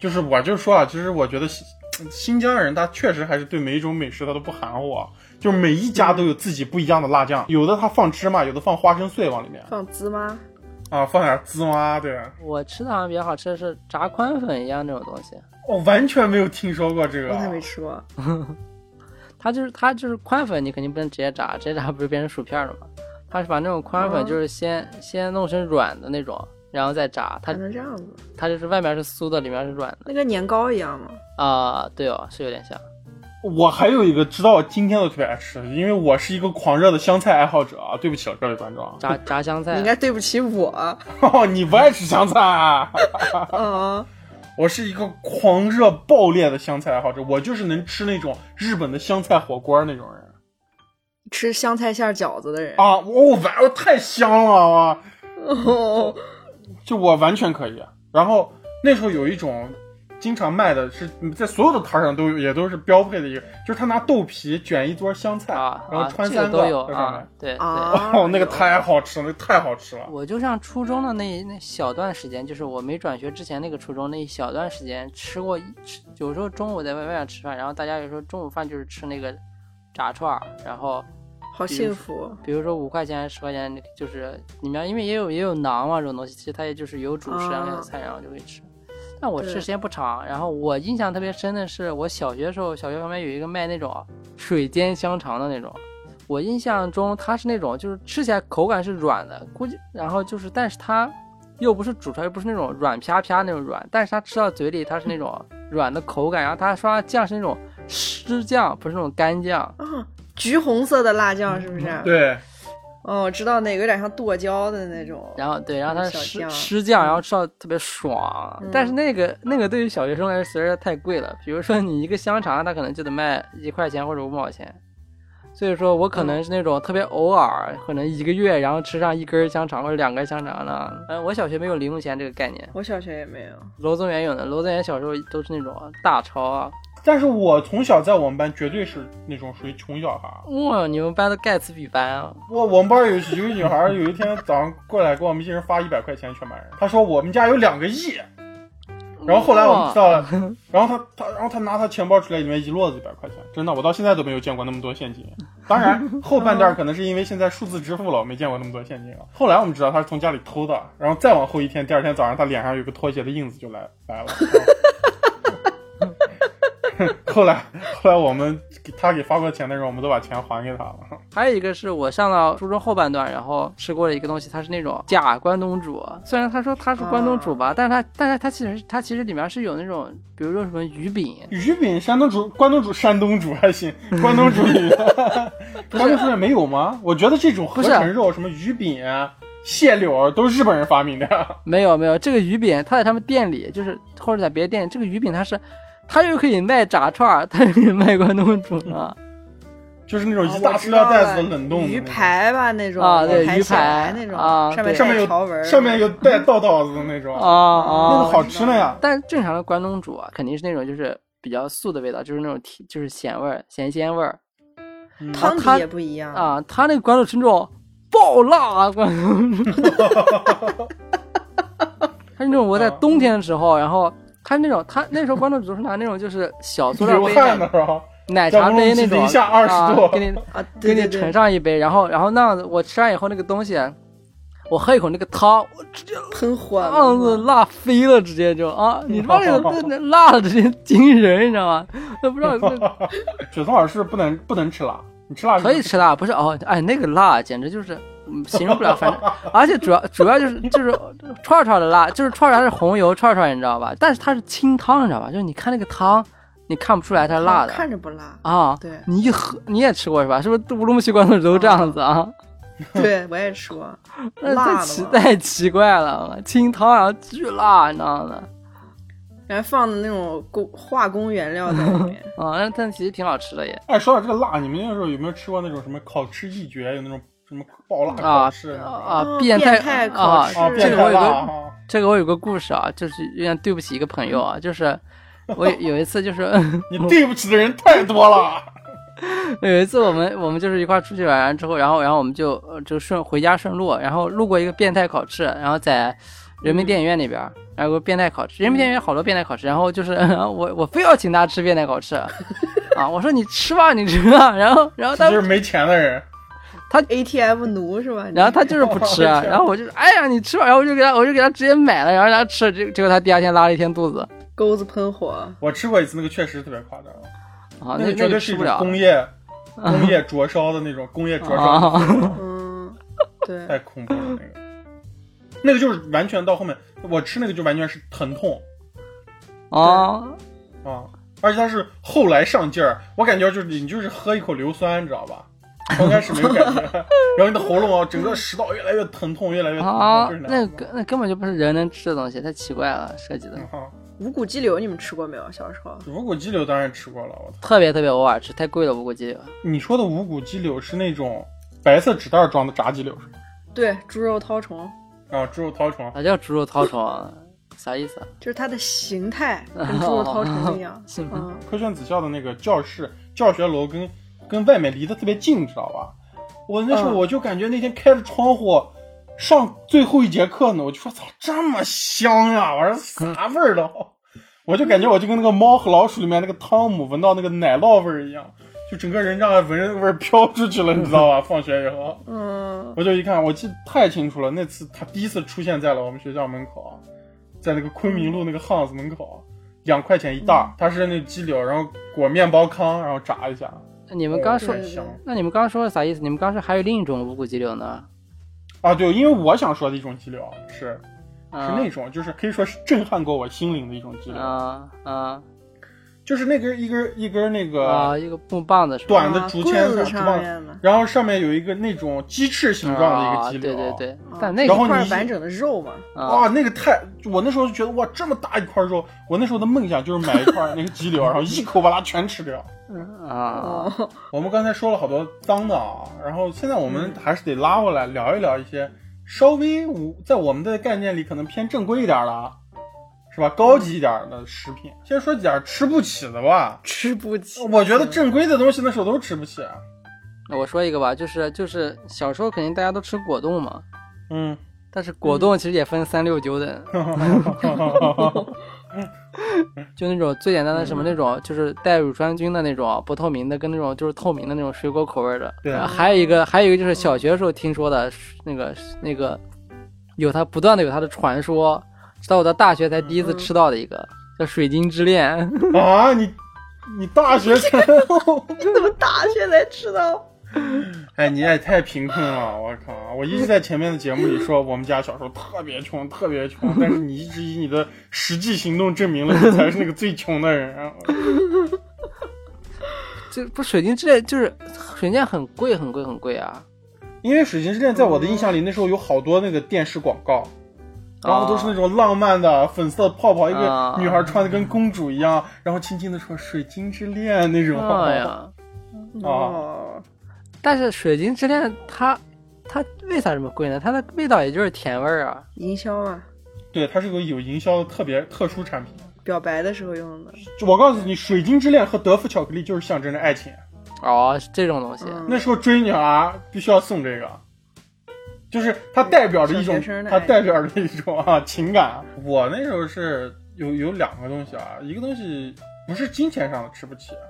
Speaker 2: 就是我就说啊，其实我觉得新新疆人他确实还是对每一种美食他都不含糊啊，就是每一家都有自己不一样的辣酱，有的他放芝麻，有的放花生碎往里面
Speaker 4: 放芝麻，
Speaker 2: 啊，放点芝麻，对，
Speaker 3: 我吃的好像比较好吃的是炸宽粉一样这种东西，
Speaker 2: 我、完全没有听说过这
Speaker 4: 我还没
Speaker 2: 个，
Speaker 4: 吃过。
Speaker 3: 它就是它就是宽粉，你肯定不能直接炸，直接炸不是变成薯片了吗？它是把那种宽粉
Speaker 4: 哦
Speaker 3: 就是先、先弄成软的那种，然后再炸，它
Speaker 4: 还能这样子？
Speaker 3: 它就是外面是酥的，里面是软的
Speaker 4: 那跟年糕一样吗？
Speaker 3: 啊、对哦，是有点像。
Speaker 2: 我还有一个知道今天都特别爱吃，因为我是一个狂热的香菜爱好者啊，对不起了各位观众，
Speaker 3: 炸炸香
Speaker 4: 你
Speaker 3: 菜
Speaker 4: 应，该对不起我。
Speaker 2: 哦， 你不爱吃香菜、啊。
Speaker 4: 嗯，
Speaker 2: 我是一个狂热爆裂的香菜爱好者，我就是能吃那种日本的香菜火锅那种人
Speaker 4: 吃香菜馅儿饺子的人。
Speaker 2: 啊！我完，我太香了 啊！
Speaker 4: 哦，
Speaker 2: 就我完全可以。然后那时候有一种经常卖的是在所有的摊儿上都有，也都是标配的一个，就是他拿豆皮卷一撮香菜，
Speaker 3: 啊
Speaker 2: 然
Speaker 3: 啊
Speaker 2: 后，穿
Speaker 3: 这个
Speaker 2: 三
Speaker 3: 都有
Speaker 2: 在上面
Speaker 3: 啊，对
Speaker 4: 啊
Speaker 3: 对。
Speaker 2: 哦，那个太好吃了，那个太好吃了。
Speaker 3: 我就上初中的那那小段时间，就是我没转学之前那个初中那一小段时间，吃过一吃，有时候中午在外面吃饭，然后大家有时候中午饭就是吃那个炸串儿，然后
Speaker 4: 好幸福。
Speaker 3: 比如说五块钱、十块钱，就是里面因为也有也有馕嘛这种东西，其实它也就是有主食，然后有
Speaker 4: 啊
Speaker 3: 菜，然后就会吃。但我吃
Speaker 4: 对
Speaker 3: 时间不长，然后我印象特别深的是，我小学的时候，小学旁边有一个卖那种水煎香肠的那种。我印象中它是那种就是吃起来口感是软的，估计然后就是，但是它又不是煮出来，又不是那种软啪啪那种软，但是它吃到嘴里它是那种软的口感，然后它刷的酱是那种湿酱，不是那种干酱。
Speaker 4: 啊，橘红色的辣酱是不是？。
Speaker 2: 嗯对，
Speaker 4: 哦，我知道那个有点像剁椒的那种。
Speaker 3: 然后对，然后它
Speaker 4: 小嗯
Speaker 3: 湿
Speaker 4: 酱
Speaker 3: 湿酱，然后吃到特别爽。但是那个那个对于小学生来说实在是太贵了，比如说你一个香肠，它可能就得卖一块钱或者五毛钱。所以说我可
Speaker 4: 嗯
Speaker 3: 能是那种特别偶尔，可能一个月然后吃上一根香肠或者两根香肠呢。嗯，我小学没有零用钱这个概念，
Speaker 4: 我小学也没有。
Speaker 3: 楼宗元有的，楼宗元小时候都是那种大钞啊。
Speaker 2: 但是我从小在我们班绝对是那种属于穷小孩儿，
Speaker 3: 哇，你们班的盖茨比班啊，
Speaker 2: 我我们班有有个女孩，有一天早上过来给我们一人发一百块钱，全班人。她说我们家有两个亿，然后后来我们知道了，然后她她然后她拿她钱包出来，里面一摞子一百块钱，真的，我到现在都没有见过那么多现金。当然后半段可能是因为现在数字支付了，我没见过那么多现金了。后来我们知道她是从家里偷的，然后再往后一天，第二天早上她脸上有个拖鞋的印子就来来了。 后来，后来我们给她给发过钱的时候，我们都把钱还给她了。
Speaker 3: 还有一个是我上到初中后半段，然后吃过的一个东西，它是那种假关东煮。虽然他说它是关东煮吧，但是它但是它其实它其实里面是有那种，比如说什么鱼饼，
Speaker 2: 鱼饼，山东煮，关东煮，山东煮还 行，关东煮也，关东煮也没有吗？我觉得这种合成肉，什么鱼饼、啊、蟹柳儿都是日本人发明的。
Speaker 3: 没有没有这个鱼饼，它在他们店里就是或者在别的店里，这个鱼饼它是它又可以卖炸串儿，它又可以卖关东煮啊呢。
Speaker 2: 就是那种
Speaker 4: 啊
Speaker 2: 一
Speaker 4: 我
Speaker 2: 大塑
Speaker 4: 知
Speaker 2: 料
Speaker 4: 道
Speaker 2: 袋
Speaker 4: 了
Speaker 2: 子的冷冻的
Speaker 4: 鱼
Speaker 2: 那种，
Speaker 4: 排吧那种
Speaker 3: 啊对鱼
Speaker 4: 小排
Speaker 3: 排嗯
Speaker 4: 那种，
Speaker 3: 啊
Speaker 4: 上
Speaker 3: 对
Speaker 4: 面
Speaker 2: 上面
Speaker 4: 带条
Speaker 2: 有
Speaker 4: 纹，啊
Speaker 2: 上面有带道道子的那种，
Speaker 3: 啊啊，
Speaker 2: 那个好吃的呀。
Speaker 3: 但正常的关东煮啊，肯定是那种就是比较素的味道，就是那种甜，就是咸味儿、咸鲜味儿
Speaker 2: 嗯
Speaker 4: 汤
Speaker 3: 它
Speaker 4: 底也不一样。
Speaker 3: 啊。它那个关东煮是那种爆辣啊，关东煮。 它是那种我在
Speaker 2: 啊
Speaker 3: 冬天的时候，然后它那种它那时候关东煮是拿那种就是小塑料
Speaker 2: 流
Speaker 3: 杯
Speaker 2: 汗
Speaker 3: 那
Speaker 2: 的时候，
Speaker 3: 奶茶
Speaker 2: 在乌鲁木
Speaker 3: 杯那
Speaker 2: 齐
Speaker 3: 种，
Speaker 2: 零下20
Speaker 3: 啊
Speaker 2: 度
Speaker 3: 给你
Speaker 4: 啊，
Speaker 3: 给
Speaker 4: 对
Speaker 3: 你
Speaker 4: 对
Speaker 3: 盛
Speaker 4: 对，
Speaker 3: 上一杯，然后然后那样子，我吃完以后那个东西，我喝一口那个汤，我直接
Speaker 4: 喷火了
Speaker 3: 棒子辣飞了，直接就啊！你妈那个那辣的直接惊人，你知道吗？都不知道那
Speaker 2: 雪松老师不能不能吃辣，你吃辣是
Speaker 3: 可以吃辣，不是哦？哎，那个辣简直就是嗯形容不了，反 正而且主要主要就是就是串串的辣，就是串串它是红油串串，你知道吧？但是它是清汤，你知道吧？就是你看那个汤，你看不出来它是辣的
Speaker 4: 看着不辣。
Speaker 3: 啊。
Speaker 4: 对
Speaker 3: 你一喝你也吃过是吧？是不是乌鲁木齐关东煮都这样子啊？
Speaker 4: 对，我也吃过，
Speaker 3: 那
Speaker 4: 嗯辣
Speaker 3: 太
Speaker 4: 的
Speaker 3: 奇
Speaker 4: 嘛
Speaker 3: 太奇怪了，清汤然后巨辣，你知道吗？
Speaker 4: 然后放的那种工化工原料在里 面。
Speaker 3: 啊，但但其实挺好吃的也
Speaker 2: 哎，说到这个辣，你们那时候有没有吃过那种什么烤翅一绝，有那种什么爆辣
Speaker 3: 啊
Speaker 2: 烤翅那种
Speaker 3: 啊，
Speaker 4: 哦
Speaker 3: 变
Speaker 4: 变
Speaker 3: 态
Speaker 4: 态烤
Speaker 3: 啊
Speaker 4: 翅，
Speaker 2: 啊，
Speaker 4: 是
Speaker 2: 变
Speaker 3: 这
Speaker 2: 态
Speaker 3: 个我有
Speaker 2: 辣
Speaker 3: 个
Speaker 2: 啊，
Speaker 3: 这个我有个故事啊，就是有点对不起一个朋友
Speaker 2: 嗯
Speaker 3: 啊，就是我有有一次就是
Speaker 2: 你对不起的人太多了。
Speaker 3: 有一次我们我们就是一块儿出去玩完之后，然后然后我们就呃就顺回家顺路，然后路过一个变态烤翅，然后在人
Speaker 2: 嗯
Speaker 3: 民电影院那边儿，然后有个变态烤翅，人民电影院好多变态烤翅，然后就是 我我非要请他吃变态烤翅，啊，我说你吃吧你吃吧，然后然后
Speaker 2: 这
Speaker 3: 他
Speaker 2: 就是没钱的人，
Speaker 4: ATF 奴是吧？你
Speaker 3: 然后他就是不吃，
Speaker 2: 我的天
Speaker 3: 然后我就说哎呀你吃吧，然后我就给他我就给他直接买了，然后让他吃，结结果他第二天拉了一天肚子，
Speaker 4: 钩子喷火，
Speaker 2: 我吃过一次，那个确实特别夸张，
Speaker 3: 啊
Speaker 2: 个
Speaker 3: 那
Speaker 2: 绝
Speaker 3: 那
Speaker 2: 对
Speaker 3: 个
Speaker 2: 是
Speaker 3: 吃
Speaker 2: 一
Speaker 3: 不
Speaker 2: 种
Speaker 3: 了
Speaker 2: 工业工业灼烧的那种工业灼烧的
Speaker 3: 啊。
Speaker 4: 嗯，对，
Speaker 2: 太恐怖了那个。那个就是完全到后面，我吃那个就完全是疼痛
Speaker 3: 哦，
Speaker 2: 啊，而且它是后来上劲儿，我感觉就是你就是喝一口硫酸，你知道吧？刚开始没有感觉，然后你的喉咙啊，整个食道越来越疼痛，越来越疼
Speaker 3: 啊
Speaker 2: 痛，就是，
Speaker 3: 那
Speaker 2: 样子
Speaker 3: 根那根本就不是人能吃的东西，太奇怪了，设计的
Speaker 2: 啊，
Speaker 4: 无骨鸡柳你们吃过没有？小时候
Speaker 2: 无骨鸡柳当然吃过了，我操！
Speaker 3: 特别特别偶尔吃，太贵了，无骨鸡柳。
Speaker 2: 你说的无骨鸡柳是那种白色纸袋装的炸鸡柳是吗
Speaker 4: 对猪肉绦虫，
Speaker 2: 啊，猪肉绦虫，
Speaker 3: 啥叫猪肉绦虫啊？啥意思啊？。
Speaker 4: 就是它的形态跟猪肉绦虫一样
Speaker 3: 是吗？
Speaker 4: 嗯，
Speaker 2: 科炫子校的那个教室教学楼跟跟外面离得特别近，你知道吧？我那时候
Speaker 4: 嗯
Speaker 2: 我就感觉那天开着窗户。上最后一节课呢，我就说操，这么香呀、我说啥味儿都， 我就感觉我就跟那个《猫和老鼠》里面那个汤姆闻到那个奶酪味儿一样，就整个人这样闻着那个味儿飘出去了，你知道吧？放学以后，
Speaker 4: 嗯，
Speaker 2: 我就一看，我记得太清楚了，那次他第一次出现在了我们学校门口，啊在那个昆明路那个巷子门口，两块钱一袋
Speaker 4: 嗯
Speaker 2: 儿，它是那鸡柳，然后裹面包糠，然后炸一下。
Speaker 3: 那你们刚
Speaker 4: 对
Speaker 3: 说
Speaker 2: 哦，太
Speaker 4: 对
Speaker 2: 香
Speaker 3: 那你们刚说是啥意思？你们刚说还有另一种无骨鸡柳呢？
Speaker 2: 啊！对，因为我想说的一种鸡柳是是
Speaker 3: 啊
Speaker 2: 那种，就是可以说是震撼过我心灵的一种鸡柳，
Speaker 3: 啊啊
Speaker 2: 就是那根一根一根那个
Speaker 3: 啊！一个木棒子是吧？
Speaker 2: 短的
Speaker 4: 啊
Speaker 2: 竹
Speaker 4: 棍
Speaker 2: 签
Speaker 4: 子
Speaker 2: 竹
Speaker 4: 上
Speaker 2: 棒，
Speaker 4: 面啊嘛，
Speaker 2: 然后上面有一个那种鸡翅形状的一个鸡柳，
Speaker 3: 啊对对对
Speaker 4: 啊，
Speaker 3: 但那
Speaker 2: 然
Speaker 3: 个
Speaker 2: 后
Speaker 4: 一块
Speaker 2: 你一
Speaker 4: 完整的肉嘛，
Speaker 3: 啊
Speaker 2: 哇，那个太，我那时候就觉得哇，这么大一块肉，我那时候的梦想就是买一块那个鸡 柳，然后一口把它全吃掉。
Speaker 3: 啊
Speaker 4: 哦，
Speaker 2: 我们刚才说了好多脏的啊，然后现在我
Speaker 4: 嗯
Speaker 2: 们还是得拉回来聊一聊一些稍微我在我们的概念里可能偏正规一点的啊，是吧？高级一点的食品，先说点吃不起的吧。
Speaker 4: 吃不起。
Speaker 2: 我觉得正规的东西那时候都吃不起。
Speaker 3: 那我说一个吧，就是就是小时候肯定大家都吃果冻嘛，
Speaker 2: 嗯，
Speaker 3: 但是果冻其实也分三六九等，就那种最简单的
Speaker 2: 嗯
Speaker 3: 什么那种，就是带乳酸菌的那种不透明的，跟那种就是透明的那种水果口味的。
Speaker 2: 对
Speaker 3: 然后还有一个，还有一个就是小学时候听说的，那个那个，有它不断的有它的传说，直到我到大学才第一
Speaker 2: 嗯
Speaker 3: 次吃到的一个。叫水晶之恋，
Speaker 2: 啊，你你大学生，
Speaker 4: 你怎么大学才吃到？
Speaker 2: 哎，你也太贫困了，我靠！我一直在前面的节目里说，我们家小时候特别穷，特别穷，但是你一直以你的实际行动证明了你才是那个最穷的人。啊
Speaker 3: 就不水晶之恋就是水晶很贵很贵很贵啊！
Speaker 2: 因为《水晶之恋》在我的印象里，那时候有好多那个电视广告，然后都是那种浪漫的粉色泡泡，一个
Speaker 3: 啊
Speaker 2: 女孩穿的跟公主一样，然后轻轻的说“水晶之恋”那种。
Speaker 3: 哎 呀，
Speaker 2: 啊
Speaker 4: 哦，
Speaker 3: 但是水晶之恋它它为啥这么贵呢？它的味道也就是甜味儿啊，
Speaker 4: 营销嘛，
Speaker 2: 对，它是个有营销的特别特殊产品。
Speaker 4: 表白的时候用的。
Speaker 2: 就我告诉你，《水晶之恋》和德芙巧克力就是象征着爱情。
Speaker 3: 哦，是这种东西。
Speaker 4: 嗯
Speaker 2: 那时候追女孩必须要送这个，就是它代表着一种
Speaker 4: 小学生，的
Speaker 2: 它
Speaker 4: 爱
Speaker 2: 代表着一种啊情感。我那时候是有有两个东西啊，一个东西不是金钱上的吃不起，啊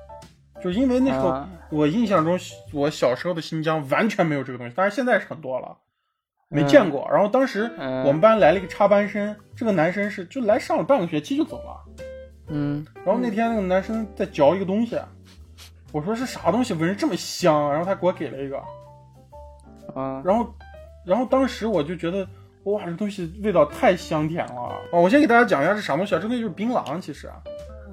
Speaker 2: 就是因为那时候、
Speaker 3: 啊
Speaker 2: 我印象中我小时候的新疆完全没有这个东西，当然现在是很多了。没见过，然后当时
Speaker 3: 嗯
Speaker 2: 我们班来了一个插班生，这个男生是就来上了半个学期就走了，
Speaker 3: 嗯，
Speaker 2: 然后那天那个男生在嚼一个东西，啊我说是啥东西，闻着这么香，然后他给我给了一个，
Speaker 3: 啊
Speaker 2: 然后然后当时我就觉得，哇，这东西味道太香甜了啊、我先给大家讲一下是啥东西啊，这东西就是槟榔，其实啊。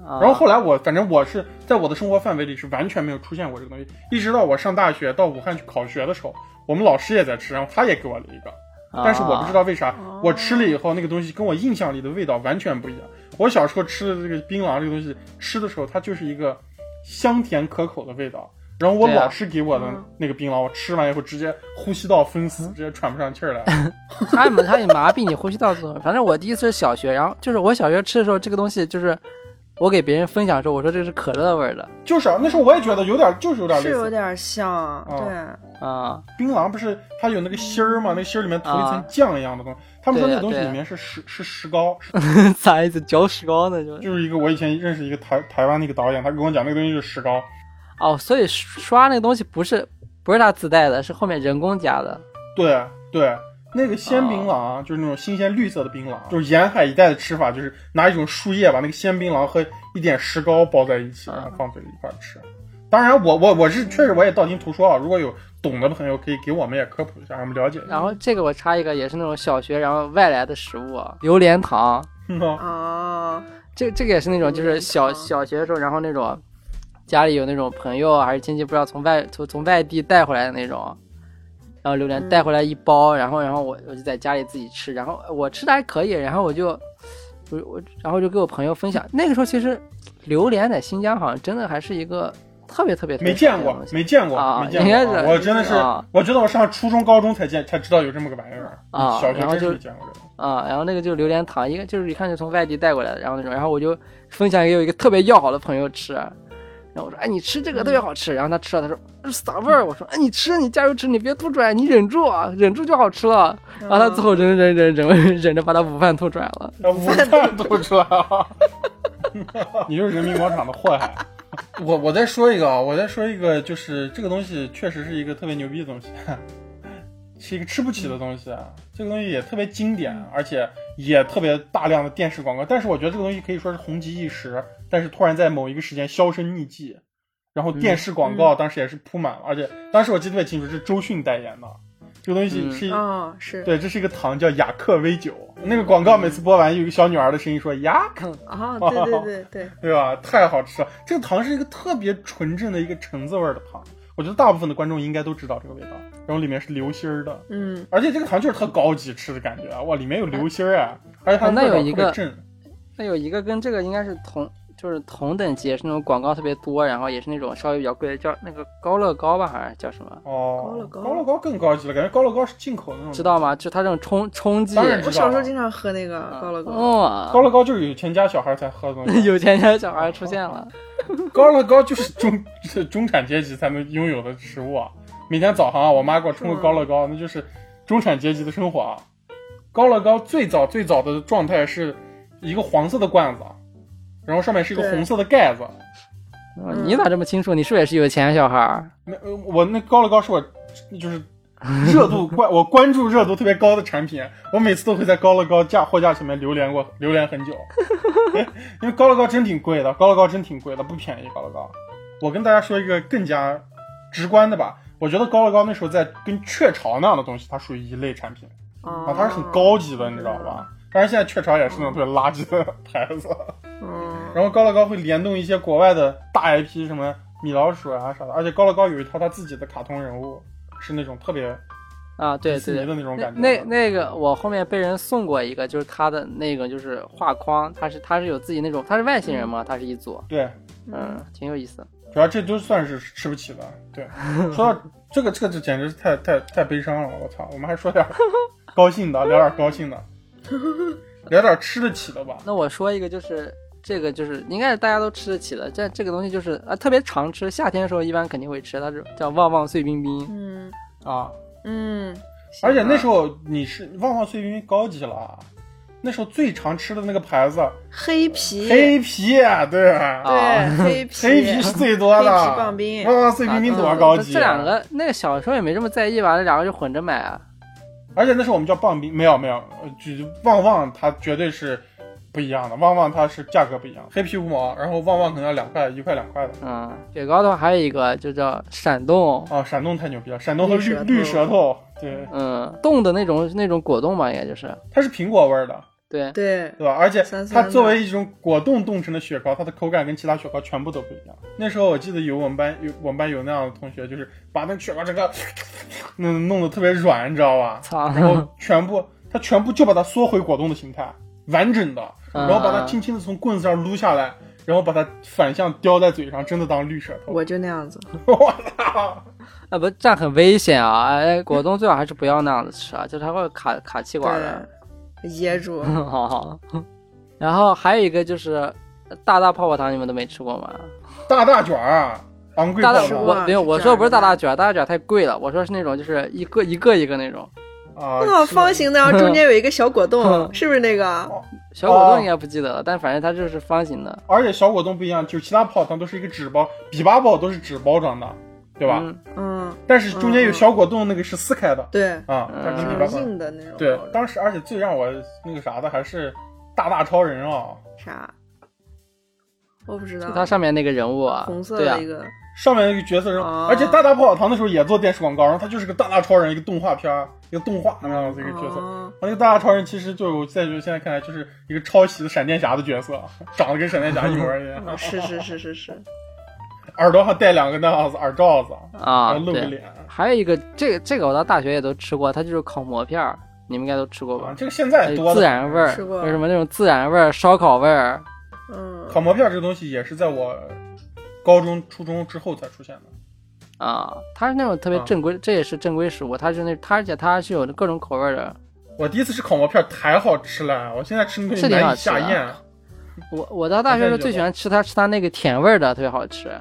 Speaker 3: 啊
Speaker 2: 然后后来我反正我是在我的生活范围里是完全没有出现过这个东西，一直到我上大学到武汉去考学的时候，我们老师也在吃，然后他也给我了一个，
Speaker 3: 啊
Speaker 2: 但是我不知道为啥，
Speaker 3: 哦
Speaker 2: 我吃了以后那个东西跟我印象里的味道完全不一样。我小时候吃的这个槟榔这个东西，吃的时候它就是一个香甜可口的味道。然后我
Speaker 3: 对啊
Speaker 2: 老师给我的那个槟榔，我吃完以后直接呼吸道封
Speaker 3: 嗯
Speaker 2: 死，直接喘不上气儿来。
Speaker 3: 它也它也麻痹你呼吸道作用。反正我第一次是小学，然后就是我小学吃的时候，这个东西就是我给别人分享的时候，我说这是可乐味儿的
Speaker 2: 就是啊，那时候我也觉得有 点，啊就是有哦点
Speaker 4: 是
Speaker 2: 类
Speaker 4: 有
Speaker 2: 似。
Speaker 4: 点像，对，
Speaker 3: 啊、
Speaker 2: 槟榔不是它有那个芯儿嘛，那个芯儿里面涂一层
Speaker 3: 啊
Speaker 2: 酱一样的东西。 他们说
Speaker 3: 对
Speaker 2: 那个
Speaker 3: 啊
Speaker 2: 东西
Speaker 3: 对啊
Speaker 2: 里面是石是石膏，是
Speaker 3: 咋一直嚼石膏呢？就是
Speaker 2: 就是一个我以前认识一个台台湾那个导演，他跟我讲那个东西就是石膏。
Speaker 3: 哦，所以刷那个东西不是不是它自带的，是后面人工加的。
Speaker 2: 对对，那个鲜槟榔、啊、就是那种新鲜绿色的槟榔，就是沿海一带的吃法，就是拿一种树叶把那个鲜槟榔和一点石膏包在一
Speaker 3: 啊
Speaker 2: 起，然后放嘴里一块儿吃。当然我，我我是确实我也道听途说啊，如果有懂的朋友可以给我们也科普一下，让我们了解一下。
Speaker 3: 然后这个我插一个，也是那种小学然后外来的食物，啊，榴莲糖。
Speaker 2: 嗯
Speaker 3: 啊
Speaker 2: 哦
Speaker 4: 哦，
Speaker 3: 这这个也是那种，就
Speaker 4: 榴
Speaker 3: 是
Speaker 4: 莲
Speaker 3: 小
Speaker 4: 糖
Speaker 3: 小学的时候，然后那种家里有那种朋友啊还是亲戚，不知道从外从从外地带回来的那种，然后榴莲
Speaker 4: 嗯
Speaker 3: 带回来一包，然后然后我我就在家里自己吃，然后我吃的还可以，然后我就我我然后就给我朋友分享，那个时候其实榴莲在新疆好像真的还是一个特别特别特别
Speaker 2: 没见
Speaker 3: 少见的
Speaker 2: 过
Speaker 3: 东，西
Speaker 2: 没见过，
Speaker 3: 啊
Speaker 2: 没见过
Speaker 3: 应该
Speaker 2: 啊。
Speaker 3: 是
Speaker 2: 我真的是，
Speaker 3: 啊
Speaker 2: 我觉得我上初中、高中才见，才知道有这么个玩意儿。
Speaker 3: 啊
Speaker 2: 小学
Speaker 3: 然后
Speaker 2: 真是
Speaker 3: 就
Speaker 2: 没见过这个。
Speaker 3: 啊、然后那个就是榴莲糖，一个就是一看就从外地带过来的，然后那种，然后我就分享给有一个特别要好的朋友吃，然后我说，哎，你吃这个特别好吃，然后他吃了，他说这是啥味儿？我说，哎，你吃，你加油吃，你别吐出来，你忍住啊，忍住就好吃了。然啊后他最后忍忍忍忍 忍着把他午饭吐出来 了，
Speaker 2: 啊，午饭都出来了，你就是人民广场的祸害。我我再说一个啊，我再说一个，就是这个东西确实是一个特别牛逼的东西，是一个吃不起的东西。啊这个东西也特别经典，而且也特别大量的电视广告。但是我觉得这个东西可以说是红极一时，但是突然在某一个时间销声匿迹。然后电视广告当时也是铺满了，而且当时我记得特别清楚，是周迅代言的。这个东西
Speaker 3: 嗯
Speaker 2: 是一
Speaker 4: 哦，是，
Speaker 2: 对，这是一个糖叫雅克 V 九，那个广告每次播完有一个小女孩的声音说雅克，
Speaker 4: 哦，对对对对，
Speaker 2: 对吧？太好吃了！这个糖是一个特别纯正的一个橙子味儿的糖，我觉得大部分的观众应该都知道这个味道。然后里面是流心儿的，
Speaker 4: 嗯，
Speaker 2: 而且这个糖就是特高级吃的感觉啊！哇，里面有流心儿啊，而且它
Speaker 3: 哦那
Speaker 2: 味道
Speaker 3: 有一
Speaker 2: 特别
Speaker 3: 个
Speaker 2: 正。
Speaker 3: 那有一个跟这个应该是同就是同等级，也是那种广告特别多，然后也是那种稍微比较贵的，叫那个高乐高吧，好像叫什么，
Speaker 2: 哦，
Speaker 4: 高乐高
Speaker 2: 乐高更高级了，感觉高乐高是进口的那
Speaker 3: 知
Speaker 2: 种。
Speaker 3: 道吗？就它这种冲冲剂，
Speaker 2: 当然
Speaker 4: 我
Speaker 2: 知道
Speaker 4: 小时候
Speaker 2: 了
Speaker 4: 经常喝那个高乐高，
Speaker 3: 哇、
Speaker 2: 高乐高就是有钱家小孩才喝的东西，
Speaker 3: 哦啊 有钱家小孩出现了。
Speaker 2: 高乐高就是中是中产阶级才能拥有的食物啊！每天早上啊，我妈给我冲个高乐高，那就是中产阶级的生活啊。高乐高最早最早的状态是一个黄色的罐子，啊然后上面是一个
Speaker 4: 对
Speaker 2: 红色的盖子。啊
Speaker 3: 哦
Speaker 4: 嗯
Speaker 3: 你咋这么清楚？你是不是也是有钱小孩儿？
Speaker 2: 没，呃我那高乐高是我就是热度 关我关注热度特别高的产品，我每次都会在高乐高架货架前面流连过流连很久， 因为高乐高真挺贵的，高乐高真挺贵的，不便宜高乐高。我跟大家说一个更加直观的吧，我觉得高乐高那时候在跟雀巢那样的东西，它属于一类产品啊
Speaker 4: 哦，，
Speaker 2: 它是很，高级的，你知道吧？但是现在雀巢也是那种特别垃圾的牌子。
Speaker 4: 嗯，
Speaker 2: 然后高乐高会联动一些国外的大 IP，什么米老鼠啊啥的，而且高乐高有一套他自己的卡通人物，是那种特别
Speaker 3: 啊，对
Speaker 2: 迪士尼
Speaker 3: 对
Speaker 2: 的
Speaker 3: 对。
Speaker 2: 那种
Speaker 3: 那
Speaker 2: 感觉。
Speaker 3: 那那个，我后面被人送过一个，就是他的那个就是画框，他是他是有自己那种，他是外星人嘛，他是一组，
Speaker 2: 对，
Speaker 3: 嗯，挺有意思。
Speaker 2: 主要这都算是吃不起的。对，说到这个，这个就简直是太太太悲伤了，我操！我们还说点儿高兴的，聊点儿高兴 的，聊点儿吃得起的吧。
Speaker 3: 那我说一个，就是这个就是应该是大家都吃得起的，这这个东西就是啊特别常吃，夏天的时候一般肯定会吃，它是叫旺旺碎冰冰
Speaker 4: 嗯
Speaker 2: 啊，
Speaker 4: 嗯，
Speaker 2: 而且那时候你是旺旺碎冰冰高级了啊，那时候最常吃的那个牌子啊
Speaker 4: 黑皮，
Speaker 2: 黑皮，对。
Speaker 3: 啊
Speaker 4: 对，黑皮，
Speaker 2: 黑皮是最多的，
Speaker 4: 黑皮棒冰
Speaker 2: 哇塞，
Speaker 3: 啊
Speaker 2: 冰冰
Speaker 3: 嗯
Speaker 2: 多高级、啊
Speaker 3: 这两，个那个小时候也没这么在意吧，那两个就混着买啊。
Speaker 2: 而且那时候我们叫棒冰，没有没有，呃就旺旺它绝对是不一样的，旺旺它是价格不一样，黑皮五毛，然后旺旺可能要两块一块两块的。
Speaker 3: 嗯，雪糕的话还有一个就叫闪动，
Speaker 2: 哦啊，闪动太牛逼了！闪动和
Speaker 4: 绿
Speaker 2: 绿
Speaker 4: 舌头
Speaker 2: 绿舌头，对，
Speaker 3: 嗯，冻的那种那种果冻嘛，应该就是
Speaker 2: 它是苹果味儿的，
Speaker 3: 对，
Speaker 4: 对，
Speaker 2: 对吧？而且
Speaker 4: 酸酸
Speaker 2: 它
Speaker 4: 的
Speaker 2: 作为一种果冻冻成的雪糕，它的口感跟其他雪糕全部都不一样。那时候我记得有我们班有我们班有那样的同学，就是把那个雪糕整个 弄弄得特别软，你知道吧？
Speaker 3: 操，
Speaker 2: 然 后全部他全部就把它缩回果冻的形态，完整的，
Speaker 3: 嗯
Speaker 2: 然后把它轻轻的从棍子上撸下来，然后把它反向叼在嘴上，真的当绿舌头。
Speaker 4: 我就那样子。
Speaker 2: 我操！
Speaker 3: 啊不，这样很危险啊！哎，果冻最好还是不要那样子吃啊，就是它会卡卡气管的。
Speaker 4: 对，噎 住。
Speaker 3: 好好。然后还有一个就是大大泡泡糖，你们都没吃过吗？
Speaker 2: 大大卷儿，昂贵
Speaker 3: 大大
Speaker 2: 爆
Speaker 4: 吃
Speaker 2: 了
Speaker 4: 过
Speaker 3: 我没有，
Speaker 4: 是
Speaker 3: 我
Speaker 4: 这
Speaker 3: 说
Speaker 4: 样
Speaker 3: 不是大
Speaker 4: 的
Speaker 3: 大卷，大大卷太贵了，我说是那种就是一个一个一个那种
Speaker 2: 啊！
Speaker 4: 那
Speaker 2: 是
Speaker 4: 方形的，然后中间有一个小果冻
Speaker 3: 嗯，
Speaker 4: 是不是那个？
Speaker 3: 小果
Speaker 2: 哦
Speaker 3: 冻，应该不记得了，但反正它就是方形的，
Speaker 2: 而且小果冻不一样，就是其他泡糖都是一个纸包，比巴宝都是纸包装的，对吧？
Speaker 3: 嗯
Speaker 4: 嗯，
Speaker 2: 但是中间有小果冻那个是撕开的
Speaker 4: 对，
Speaker 2: 啊，
Speaker 3: 嗯
Speaker 2: 但是比巴
Speaker 4: 就是
Speaker 2: 宝
Speaker 4: 硬的那种。
Speaker 2: 对。当时而且最让我那个啥的还是大大超人啊，
Speaker 4: 啥？我不知道。
Speaker 3: 它上面那个人物啊，
Speaker 4: 红色
Speaker 3: 对啊
Speaker 4: 的一，个，
Speaker 2: 上面那个角色人，
Speaker 4: 哦
Speaker 2: 而且大大泡泡糖那时候也做电视广告，然后他就是个大大超人，一个动画片儿，一个动画那么样子一个角色。
Speaker 4: 哦
Speaker 2: 那个大大超人其实就我在现在看来就是一个抄袭的闪电侠的角色，长得跟闪电侠一模一 样，
Speaker 4: 哦是是是是是，
Speaker 2: 耳朵上戴两个那样子耳罩子，然
Speaker 3: 啊，
Speaker 2: 后露个
Speaker 3: 对。
Speaker 2: 脸。
Speaker 3: 还有一个，这个这个我到大学也都吃过，它就是烤馍片儿，你们应该都吃过
Speaker 2: 啊
Speaker 3: 吧，？
Speaker 2: 这个现在多
Speaker 3: 自
Speaker 2: 了。
Speaker 3: 然味儿，
Speaker 4: 吃过
Speaker 3: 有什么那种自然味儿、烧烤味儿，
Speaker 4: 嗯，
Speaker 2: 烤馍片这个东西也是在我高中、初中之后才出现的。
Speaker 3: 啊，它是那种特别
Speaker 2: 啊
Speaker 3: 正规，这也是正规食物，它是那它而且它是有各种口味儿的。
Speaker 2: 我第一次吃烤馍片太好吃了，我现在吃那东西
Speaker 3: 是挺好
Speaker 2: 难以
Speaker 3: 吃的
Speaker 2: 下咽。
Speaker 3: 我我到大学的时候最喜欢吃它吃它那个甜味儿的，特别好吃。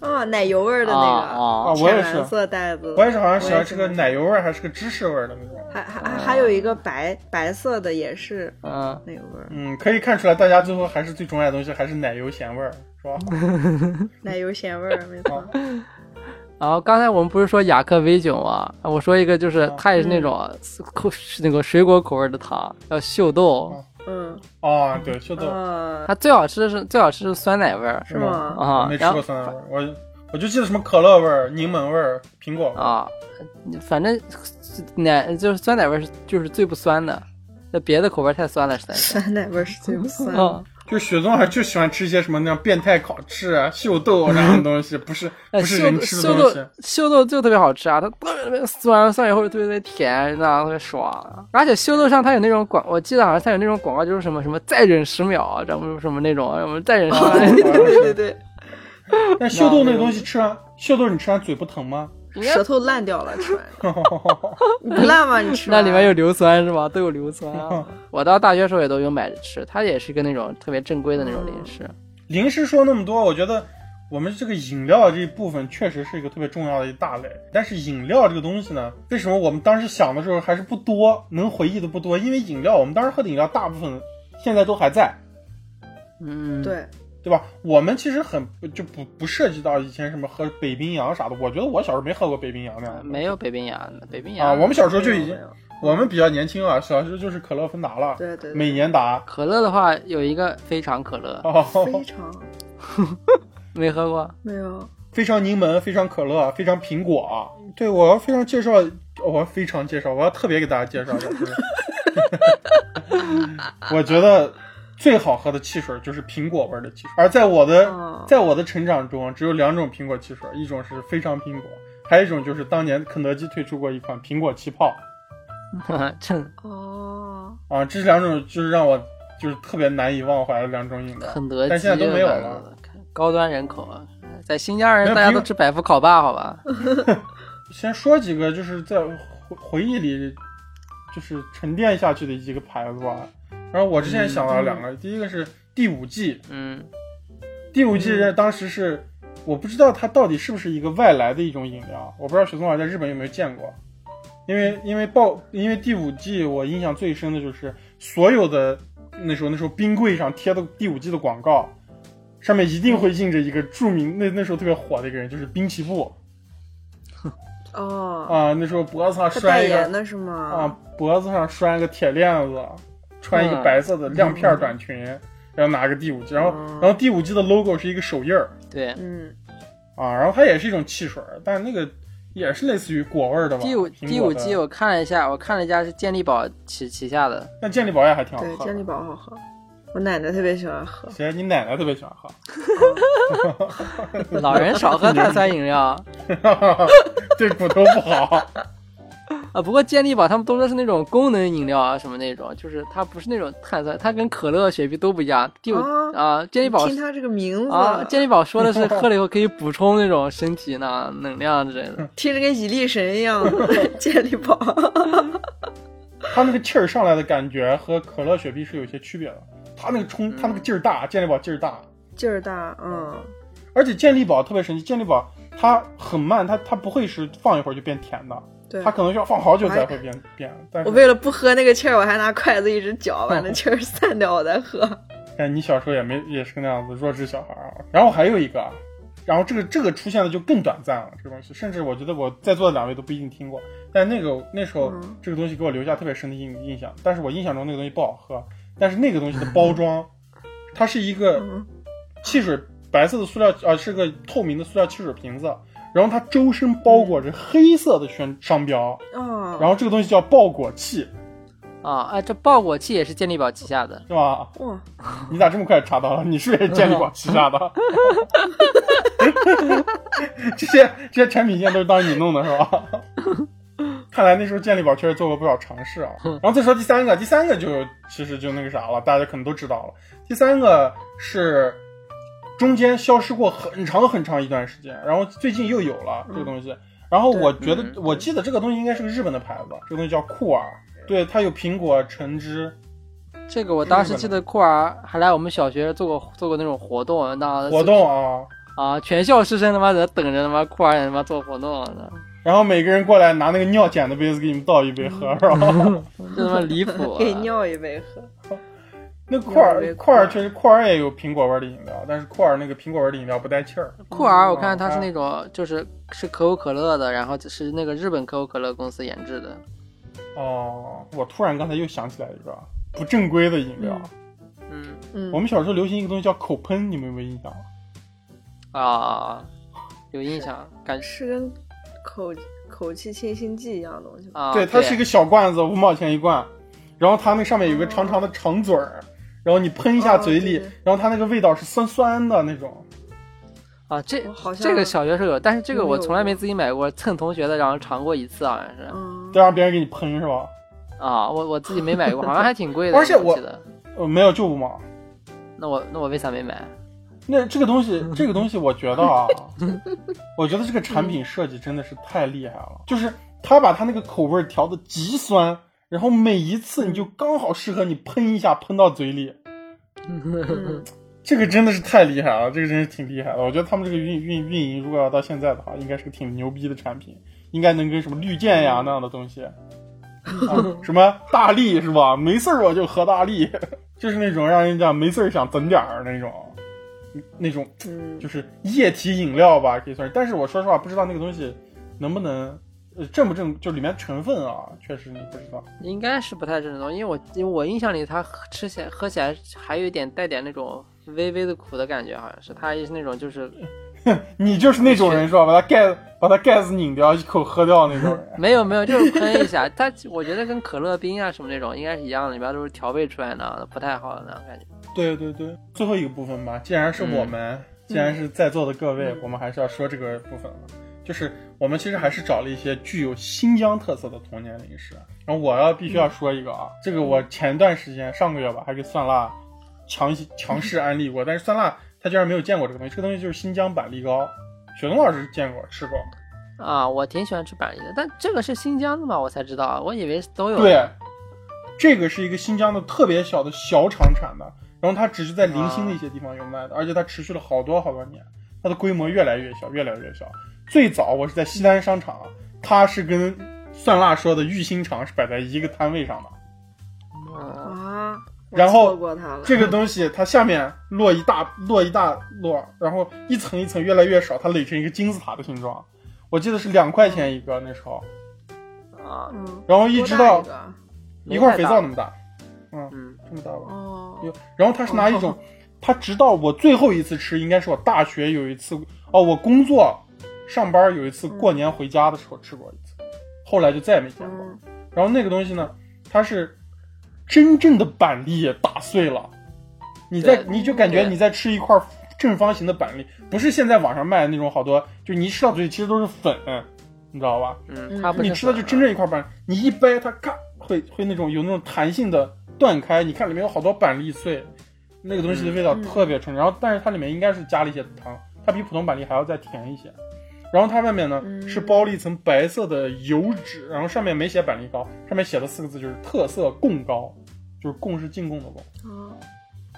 Speaker 4: 啊，奶油味儿的那
Speaker 3: 啊
Speaker 2: 啊，
Speaker 3: 啊，
Speaker 4: 个，
Speaker 2: 我也
Speaker 4: 浅
Speaker 2: 是
Speaker 4: 蓝，色袋子，
Speaker 2: 我也是好像喜欢吃个
Speaker 4: 我也是
Speaker 2: 奶油味儿还是个芝士味儿的那种。
Speaker 4: 还还还还有一个白白色的也是
Speaker 3: 嗯，
Speaker 4: 那个味儿，
Speaker 2: 嗯，可以看出来，大家最后还是最钟爱的东西还是奶油咸味儿，是吧？
Speaker 3: 嗯
Speaker 4: 奶油咸味 儿，没错。
Speaker 3: 然后刚才我们不是说雅克 V 九吗？啊我说一个就是它也是那种
Speaker 4: 嗯
Speaker 3: 口是那个水果口味的糖，叫秀豆。
Speaker 4: 嗯
Speaker 2: 哦，对，秀豆、
Speaker 4: 啊，
Speaker 3: 它最好吃的是最好吃的是酸奶味儿
Speaker 4: 是
Speaker 2: 吗？
Speaker 4: 吗？
Speaker 2: 我
Speaker 3: 啊
Speaker 2: 没，吃
Speaker 3: 然
Speaker 2: 过
Speaker 3: 后
Speaker 2: 酸奶味儿，我我就记得什么可乐味儿、柠檬味儿、苹果味儿。
Speaker 3: 啊，反正奶就是酸奶味儿是就是最不酸的，那别的口味儿太酸了，实在是。
Speaker 4: 酸奶味儿是最不酸的。
Speaker 3: 嗯，
Speaker 2: 就雪宗还就喜欢吃一些什么那样变态烤翅啊、秀豆这样的东西，不是
Speaker 3: 哎
Speaker 2: 不是人吃的
Speaker 3: 秀
Speaker 2: 东
Speaker 3: 豆
Speaker 2: 西。
Speaker 3: 秀豆就特别好吃啊，它特别特别酸，酸以后特别特别甜，那样特别爽。啊而且秀豆上它有那种广，我记得好像它有那种广告，就是什么什么再忍十秒，什么什么那种，啊什么再忍十秒，
Speaker 2: 哦
Speaker 4: 对对对，
Speaker 2: 但秀豆那
Speaker 3: 嗯
Speaker 2: 个东西吃完，秀豆你吃完嘴不疼吗？
Speaker 3: 应该
Speaker 4: 舌头烂掉了，吃 完你不烂吗？你吃
Speaker 3: 那
Speaker 4: 完
Speaker 3: 里面有硫酸是吧？都有硫酸啊。
Speaker 2: 哦
Speaker 3: 我到大学时候也都有买着吃，它也是一个那种特别正规的那种零食。
Speaker 2: 零食说那么多，我觉得我们这个饮料这一部分确实是一个特别重要的一大类。但是饮料这个东西呢，为什么我们当时想的时候还是不多，能回忆的不多？因为饮料，我们当时喝的饮料大部分现在都还在，
Speaker 3: 嗯，，
Speaker 4: 对，
Speaker 2: 对吧？我们其实很就不不涉及到以前什么喝北冰洋啥的。我觉得我小时候没喝过北冰洋那样的
Speaker 3: 呃没有嗯北冰洋，北冰洋
Speaker 2: 啊。我们小时候就已
Speaker 4: 没
Speaker 2: 经
Speaker 4: 有没，有
Speaker 2: 我们比较年轻啊，小时候就是可乐芬达了，
Speaker 4: 对对对
Speaker 2: 美年达。
Speaker 3: 可乐的话有一个非常可乐，
Speaker 2: 哦
Speaker 4: 非，常
Speaker 3: 没喝过。
Speaker 4: 没有
Speaker 2: 非常柠檬，非常可乐，非常苹果啊。对，我要非常介绍，我要非常介绍，我要特别给大家介绍一下。就是 我觉得最好喝的汽水就是苹果味儿的汽水，而在我的、
Speaker 4: 哦
Speaker 2: 在我的成长中，只有两种苹果汽水，一种是非常苹果，还有一种就是当年肯德基推出过一款苹果气泡
Speaker 3: 这
Speaker 4: 哦，
Speaker 2: 啊。这两种就是让我就是特别难以忘怀的两种饮料。
Speaker 3: 肯德基，
Speaker 2: 但现在都没有了。
Speaker 3: 高端人口，啊，在新疆人
Speaker 2: 没有
Speaker 3: 大家都
Speaker 2: 苹
Speaker 3: 吃百富烤霸，好吧？
Speaker 2: 先说几个就是在回回忆里就是沉淀下去的几个牌子吧。然后我之
Speaker 4: 嗯
Speaker 2: 前想到两个，第一个是第五季，
Speaker 3: 嗯，
Speaker 2: 第五季
Speaker 4: 嗯
Speaker 2: 这当时是、我不知道它到底是不是一个外来的一种饮料，我不知道雪松老师在日本有没有见过。因为因为爆因为第五季我印象最深的就是所有的那时候那时候冰柜上贴的第五季的广告，上面一
Speaker 4: 嗯
Speaker 2: 定会印着一个著名那那时候特别火的一个人，就是滨崎步
Speaker 4: 哦，
Speaker 2: 啊、那时候脖子上
Speaker 4: 他
Speaker 2: 拴
Speaker 4: 代
Speaker 2: 一个
Speaker 4: 言的是吗？
Speaker 2: 啊，脖子上拴一个铁链子，穿一个白色的亮片短裙，然后拿个第五季，然后、
Speaker 4: 嗯
Speaker 2: 然后第五季的 logo 是一个手印儿
Speaker 3: 对，
Speaker 4: 嗯，
Speaker 2: 啊，然后它也是一种汽水儿，但那个也是类似于果味儿的吧？
Speaker 3: 第五
Speaker 2: 苹
Speaker 3: 第
Speaker 2: 果
Speaker 3: 五
Speaker 2: 的
Speaker 3: 季我看了一下，我看了一下是健力宝旗旗下的，
Speaker 2: 但健力宝也还挺好
Speaker 4: 对
Speaker 2: 喝的。
Speaker 4: 健力宝好喝，我奶奶特别喜欢喝。
Speaker 2: 谁？你奶奶特别喜欢喝。
Speaker 3: 老人少喝碳酸饮料
Speaker 2: 对骨头不好。
Speaker 3: 啊。不过健力宝他们都说是那种功能饮料啊，什么那种，就是它不是那种碳酸，它跟可乐、雪碧都不一样。第五
Speaker 4: 啊
Speaker 3: 啊，健力宝
Speaker 4: 听它这个名字，
Speaker 3: 啊， 健力宝说的是喝了以后可以补充那种身体呢能量之类 的。
Speaker 4: 听着跟以力神一样。健力宝，
Speaker 2: 它那个气儿上来的感觉和可乐、雪碧是有一些区别的。它那个冲，它那个劲儿大，健力宝劲儿大。
Speaker 4: 劲儿大，嗯，
Speaker 2: 而且健力宝特别神奇，健力宝它很慢，它它不会是放一会儿就变甜的，
Speaker 4: 对
Speaker 2: 它。可能需要放好久才会变变。但
Speaker 4: 我
Speaker 2: 是
Speaker 4: 为了不喝那个气儿，我还拿筷子一直嚼，把那气儿散掉，我再喝。
Speaker 2: 哎，你小时候也没也是个那样子弱智小孩儿啊。然后还有一个，然后这个这个出现的就更短暂了，这个东西，甚至我觉得我在座的两位都不一定听过。但那个那时候、
Speaker 4: 嗯
Speaker 2: 这个东西给我留下特别深的印印象，但是我印象中那个东西不好喝，但是那个东西的包装，它是一个
Speaker 4: 嗯
Speaker 2: 汽水白色的塑料呃是个透明的塑料汽水瓶子，然后它周身包裹着黑色的宣商标，
Speaker 4: 哦，
Speaker 2: 然后这个东西叫爆果器，
Speaker 3: 啊，哎，这爆果器也是健力宝旗下的。
Speaker 2: 是吧？
Speaker 4: 哇，
Speaker 2: 你咋这么快查到了？你是不是也健力宝旗下的？ 这些这些产品线都是当你弄的是吧？看来那时候健力宝确实做过不少尝试啊。然后再说第三个，第三个就其实就那个啥了，大家可能都知道了。第三个是中间消失过很长很长一段时间，然后最近又有了这个东西。然后我觉得，
Speaker 3: 嗯
Speaker 2: 我记得这个东西应该是个日本的牌子，这个东西叫酷儿，对，它有苹果、橙汁，
Speaker 3: 这个我当时记得酷儿还来我们小学做过做过那种活动，那
Speaker 2: 活动啊，
Speaker 3: 啊，全校师生他妈在等着他妈酷儿他妈做活动呢，
Speaker 2: 然后每个人过来拿那个尿捡的杯子给你们倒一杯喝，
Speaker 4: 嗯
Speaker 2: 是 吧？
Speaker 3: 这他妈离谱、啊！
Speaker 4: 给尿一杯喝。
Speaker 2: 那块
Speaker 4: 有一杯
Speaker 2: 儿
Speaker 4: 库
Speaker 2: 块
Speaker 4: 尔
Speaker 2: 儿确实块儿也有苹果味儿的饮料，但是块儿那个苹果味儿的饮料不带气儿。
Speaker 3: 酷儿，我
Speaker 2: 哦
Speaker 3: 看它是那种就是是可口可乐的，然后是那个日本可口可乐公司研制的。
Speaker 2: 哦，我突然刚才又想起来一个不正规的饮料，
Speaker 3: 嗯
Speaker 4: 嗯
Speaker 2: 我，们小时候流行一个东西叫口喷，你们有没有印象？
Speaker 3: 啊，有印象，感觉
Speaker 4: 是跟口口气清新剂一样的东西吧？
Speaker 3: 啊，
Speaker 2: 对，它是一个小罐子，五毛钱一罐，然后它那上面有个长长的长嘴儿，然后你喷一下
Speaker 4: 哦
Speaker 2: 嘴里
Speaker 4: 对对，
Speaker 2: 然后它那个味道是酸酸的那种。
Speaker 3: 啊，这
Speaker 4: 我好像
Speaker 3: 这个小学时候有，但是这个
Speaker 4: 有没
Speaker 3: 我
Speaker 4: 有
Speaker 3: 从来没自己买过，蹭同学的，然后尝过一次，好像
Speaker 2: 啊
Speaker 3: 是
Speaker 4: 嗯，
Speaker 2: 再让别人给你喷是吧？
Speaker 3: 啊，我我自己没买过，好像还挺贵的，
Speaker 2: 而且我
Speaker 3: 记得。
Speaker 2: 呃，没有，就五毛。
Speaker 3: 那我那我为啥没买？
Speaker 2: 那这个东西，这个东西，我觉得啊，我觉得这个产品设计真的是太厉害了，就是他把他那个口味儿调的极酸，然后每一次你就刚好适合你喷一下，喷到嘴里，
Speaker 4: 嗯
Speaker 2: 这个真的是太厉害了，这个真是挺厉害的。我觉得他们这个运运运营，如果要到现在的话，应该是个挺牛逼的产品，应该能跟什么绿箭呀那样的东西，啊、什么大力是吧？没事儿我就喝大力， 就是那种让人家没事儿想整点儿那种，那种
Speaker 4: 嗯
Speaker 2: 就是液体饮料吧，可以算是。但是我说实话，不知道那个东西能不能呃正不正，就里面成分啊，确实你不知道。
Speaker 3: 应该是不太正宗，因为我因为我印象里它喝吃起来喝起来还有一点带点那种微微的苦的感觉，好像是它也是那 种就是
Speaker 2: 你就是那种人是吧？把它盖把它盖子拧掉，一口喝掉那种人。
Speaker 3: 没有没有就是喷一下，它我觉得跟可乐冰啊什么那种应该是一样的，里边都是调味出来的，不太好的那种感觉。
Speaker 2: 对对对，最后一个部分吧，既然是我们，既然是在座的各位，我们还是要说这个部分了。就是我们其实还是找了一些具有新疆特色的童年零食。啊然后我要必须要说一个啊，这个我前段时间上个月吧，还给酸辣强强势安利过，但是酸辣他居然没有见过这个东西，这个东西就是新疆板栗糕。雪冬老师见过吃过，
Speaker 3: 啊，我挺喜欢吃板栗的，但这个是新疆的嘛，我才知道，我以为都有。
Speaker 2: 对，啊这个是一个新疆的特别小的小厂产的，然后它只是在零星的一些地方有卖的，而且它持续了好多好多年，它的规模越来越小，越来越小。最早我是在西单商场，它是跟蒜辣说的玉兴厂是摆在一个摊位上的。
Speaker 3: 嗯，
Speaker 4: 啊，我
Speaker 2: 然后
Speaker 4: 错过它了。
Speaker 2: 这个东西它下面落一大落一大摞，然后一层一层越来越少，它垒成一个金字塔的形状。我记得是两块钱一个那时候，
Speaker 3: 啊，
Speaker 4: 嗯，
Speaker 2: 然后一
Speaker 4: 多
Speaker 2: 直
Speaker 4: 大
Speaker 2: 到
Speaker 4: 一个啊
Speaker 2: 一块肥皂那
Speaker 3: 呢？
Speaker 2: 么大，
Speaker 3: 嗯，
Speaker 2: 这么大吧。
Speaker 4: 哦，
Speaker 2: 有，然后他是拿一哦种，他直到我最后一次吃，应该是我大学有一次哦，我工作上班有一次过年回家的时候吃过一次，后来就再也没见过。
Speaker 4: 嗯
Speaker 2: 然后那个东西呢，它是真正的板栗打碎了，你在
Speaker 3: 对
Speaker 2: 你就感觉
Speaker 3: 对
Speaker 2: 你在吃一块正方形的板栗，不是现在网上卖的那种好多，就你一吃到嘴里其实都是粉，你知道吧？
Speaker 3: 嗯，它不是
Speaker 2: 你吃的就真正一块板，你一掰它，咔会会那种有那种弹性的断开，你看里面有好多板栗碎，那个东西的味道
Speaker 4: 嗯
Speaker 2: 特别纯。然后，但是它里面应该是加了一些糖，它比普通板栗还要再甜一些。然后它外面呢、
Speaker 4: 嗯
Speaker 2: 是包了一层白色的油纸，然后上面没写板栗糕，上面写了四个字就是特色贡糕，就是贡是进贡的贡。
Speaker 4: 啊，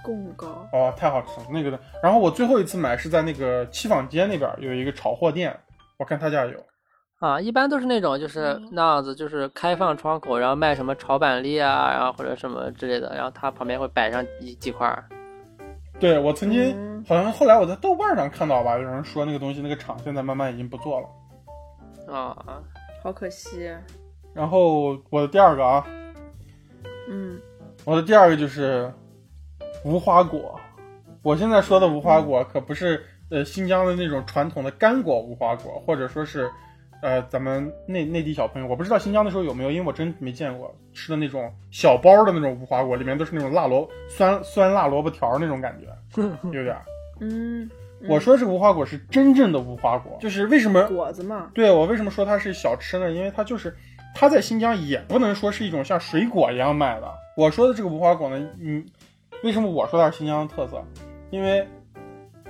Speaker 4: 贡高，
Speaker 2: 哦，太好吃了那个的。然后我最后一次买是在那个七坊街那边有一个炒货店，我看他家有。
Speaker 3: 啊，一般都是那种就是那样子，就是开放窗口，然后卖什么炒板栗啊，然后或者什么之类的，然后它旁边会摆上一几块儿。
Speaker 2: 对我曾经、
Speaker 4: 嗯
Speaker 2: 好像后来我在豆瓣上看到吧，有人说那个东西那个厂现在慢慢已经不做了。
Speaker 3: 啊，
Speaker 4: 好可惜。
Speaker 2: 然后我的第二个啊，
Speaker 4: 嗯，
Speaker 2: 我的第二个就是无花果。我现在说的无花果可不是呃新疆的那种传统的干果无花果，或者说是呃咱们内内地小朋友，我不知道新疆的时候有没有，因为我真没见过吃的那种小包的那种无花果，里面都是那种辣萝酸酸辣萝卜条儿那种感觉，有点儿。
Speaker 4: 嗯，嗯
Speaker 2: 我说这个无花果是真正的无花果，就是为什么
Speaker 4: 果子嘛，
Speaker 2: 对我为什么说它是小吃呢？因为它就是它在新疆也不能说是一种像水果一样卖的。我说的这个无花果呢，嗯，为什么我说它是新疆的特色？因为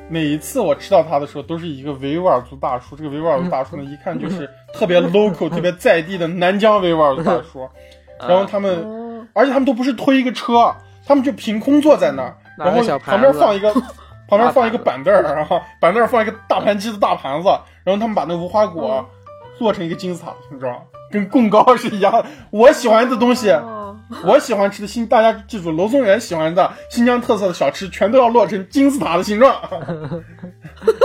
Speaker 2: 每一次我吃到它的时候，都是一个维吾尔族大叔。这个维吾尔族大叔呢，一看就是特别 local、特别在地的南疆维吾尔族大叔。
Speaker 3: 嗯
Speaker 2: 然后他们，
Speaker 4: 哦，
Speaker 2: 而且他们都不是推一个车，他们就凭空坐在那儿，
Speaker 3: 拿
Speaker 2: 然
Speaker 3: 个
Speaker 2: 后
Speaker 3: 小
Speaker 2: 旁
Speaker 3: 盘
Speaker 2: 边
Speaker 3: 子啊
Speaker 2: 放一 个，旁边
Speaker 3: 大
Speaker 2: 放一个
Speaker 3: 盘
Speaker 2: 板
Speaker 3: 子
Speaker 2: 凳儿，然后板凳儿放一个大盘鸡的大盘子，然后他们把那无花果
Speaker 3: 嗯
Speaker 2: 做成一个金字塔，你知道吗？跟贡糕是一样的。我喜欢的东西，
Speaker 3: 嗯
Speaker 4: 哦
Speaker 2: 我喜欢吃的新，大家记住，娄松元喜欢的新疆特色的小吃，全都要落成金字塔的形 状。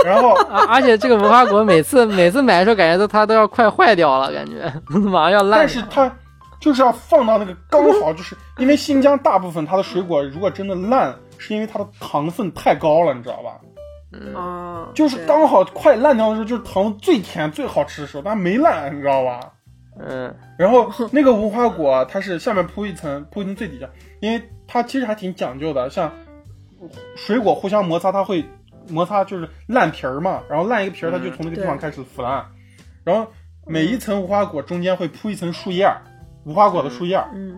Speaker 2: 然后
Speaker 3: 啊，而且这个无花果每次每次买的时候，感觉都它都要快坏掉了，感觉 马上要烂
Speaker 2: 但
Speaker 3: 了。
Speaker 2: 是它就是要放到那个刚好，就是因为新疆大部分它的水果如果真的烂，是因为它的糖分太高了，你知道吧？
Speaker 4: 哦，
Speaker 2: 嗯就是刚好快烂掉的时候，就是糖分最甜最好吃的时候，但没烂，你知道吧？
Speaker 3: 嗯，
Speaker 2: 然后那个无花果啊，它是下面铺一层，铺一层最底下，因为它其实还挺讲究的，像水果互相摩擦，它会摩擦就是烂皮儿嘛，然后烂一个皮儿，它就从那个地方
Speaker 4: 对
Speaker 2: 开始腐烂，然后每一层无花果中间会铺一层树叶儿，无花果的树叶儿，
Speaker 4: 嗯，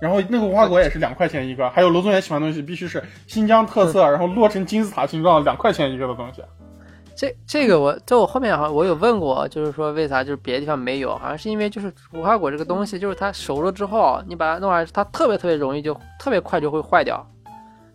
Speaker 2: 然后那个无花果也是两块钱一个，还有罗宗元喜欢的东西必须是新疆特
Speaker 3: 嗯
Speaker 2: 色，然后落成金字塔形状，两块钱一个的东西。
Speaker 3: 这这个我这我后面好像我有问过，就是说为啥就是别的地方没有，好像是因为就是无花果这个东西，就是它熟了之后，你把它弄完，它特别特别容易就特别快就会坏掉，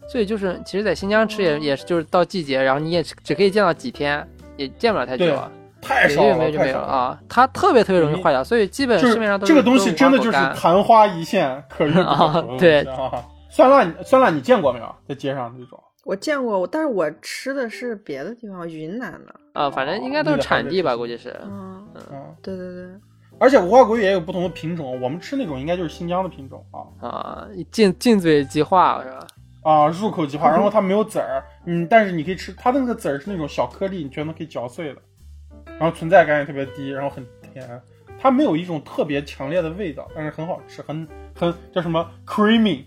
Speaker 3: 所以就是其实，在新疆吃
Speaker 2: 哦
Speaker 3: 也也是就是到季节，然后你也只只可以见到几天，也见不了太久
Speaker 2: 对
Speaker 3: 啊，
Speaker 2: 太
Speaker 3: 也
Speaker 2: 少
Speaker 3: 就
Speaker 2: 了，
Speaker 3: 没有就没
Speaker 2: 太
Speaker 3: 有
Speaker 2: 少
Speaker 3: 了
Speaker 2: 了！嗯
Speaker 3: 啊，它特别特别容易坏掉，所以基本
Speaker 2: 就
Speaker 3: 市面上都是
Speaker 2: 这个东西
Speaker 3: 都
Speaker 2: 真的
Speaker 3: 无
Speaker 2: 就是
Speaker 3: 花果干
Speaker 2: 昙花一现，可遇不可
Speaker 3: 啊
Speaker 2: 求的
Speaker 3: 对
Speaker 2: 东西啊酸辣你，酸辣，你见过没有？在街上这种，
Speaker 4: 我见过，我但是我吃的是别的地方，云南的。
Speaker 3: 啊，反正应该都是产地吧，估计是。
Speaker 4: 嗯，
Speaker 2: 嗯，
Speaker 4: 对对对，
Speaker 2: 而且无花果也有不同的品种，我们吃那种应该就是新疆的品种啊
Speaker 3: 啊，进进嘴即化是吧？
Speaker 2: 啊，入口即化，然后它没有籽儿，嗯，但是你可以吃它的那个籽儿是那种小颗粒，你全都可以嚼碎的，然后存在感也特别低，然后很甜，它没有一种特别强烈的味道，但是很好吃，很很叫什么 creamy，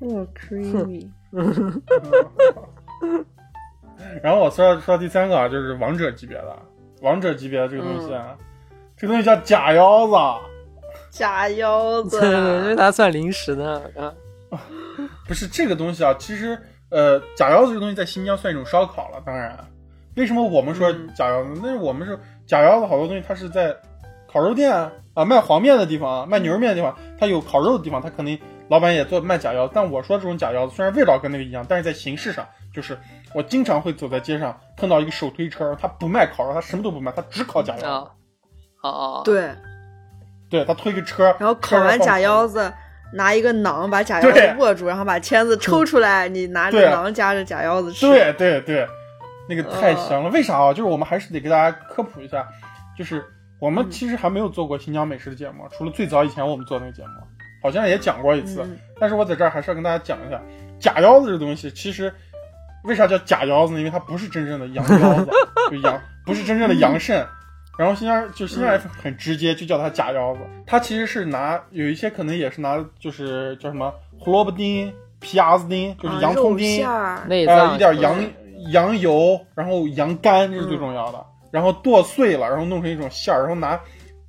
Speaker 4: 哦，creamy，
Speaker 2: 嗯然后我说说第三个啊，就是王者级别的，王者级别的这个东西，啊，这个东西叫假腰子， 啊
Speaker 4: 假腰子， 啊
Speaker 3: 为啥算零食呢？啊
Speaker 2: 不是这个东西啊。其实呃，假腰子这个东西在新疆算一种烧烤了。当然，为什么我们说
Speaker 4: 嗯
Speaker 2: 假腰子？那、我们是假腰子，好多东西它是在烤肉店啊、啊卖黄面的地方啊、卖牛肉面的地方，它有烤肉的地方，它肯定老板也做卖假腰子。但我说这种假腰子虽然味道跟那个一样，但是在形式上就是。我经常会走在街上碰到一个手推车，他不卖烤肉，他什么都不卖，他只烤假腰子。
Speaker 3: 啊，哦哦，
Speaker 4: 对，
Speaker 2: 对他推个车，
Speaker 4: 然后
Speaker 2: 车
Speaker 4: 烤
Speaker 2: 上
Speaker 4: 完
Speaker 2: 放
Speaker 4: 假腰
Speaker 2: 糖，
Speaker 4: 子，拿一个馕把假腰子
Speaker 2: 对
Speaker 4: 握住，然后把签子抽出来，你拿着
Speaker 2: 对
Speaker 4: 馕夹着假腰子吃。
Speaker 2: 对对对，那个太
Speaker 4: 嗯
Speaker 2: 香了。为啥啊？就是我们还是得给大家科普一下，就是我
Speaker 4: 嗯
Speaker 2: 们其实还没有做过新疆美食的节目，除了最早以前我们做那个节目，好像也讲过一次，
Speaker 4: 嗯
Speaker 2: 但是我在这儿还是要跟大家讲一下，假腰子这东西其实。为啥叫假腰子呢？因为它不是真正的羊腰 子，就羊不是真正的羊肾。
Speaker 4: 嗯
Speaker 2: 然后新疆就新疆人很直接，就叫它假腰子。它其实是拿有一些可能也是拿就是叫什么胡萝卜丁、皮牙子丁，就是洋葱丁，
Speaker 4: 啊肉馅儿
Speaker 3: 内
Speaker 2: 呃，
Speaker 3: 脏
Speaker 2: 一点
Speaker 3: 是
Speaker 2: 羊羊油，然后羊肝这是最
Speaker 3: 嗯
Speaker 2: 重要的，然后剁碎了，然后弄成一种馅儿，然后拿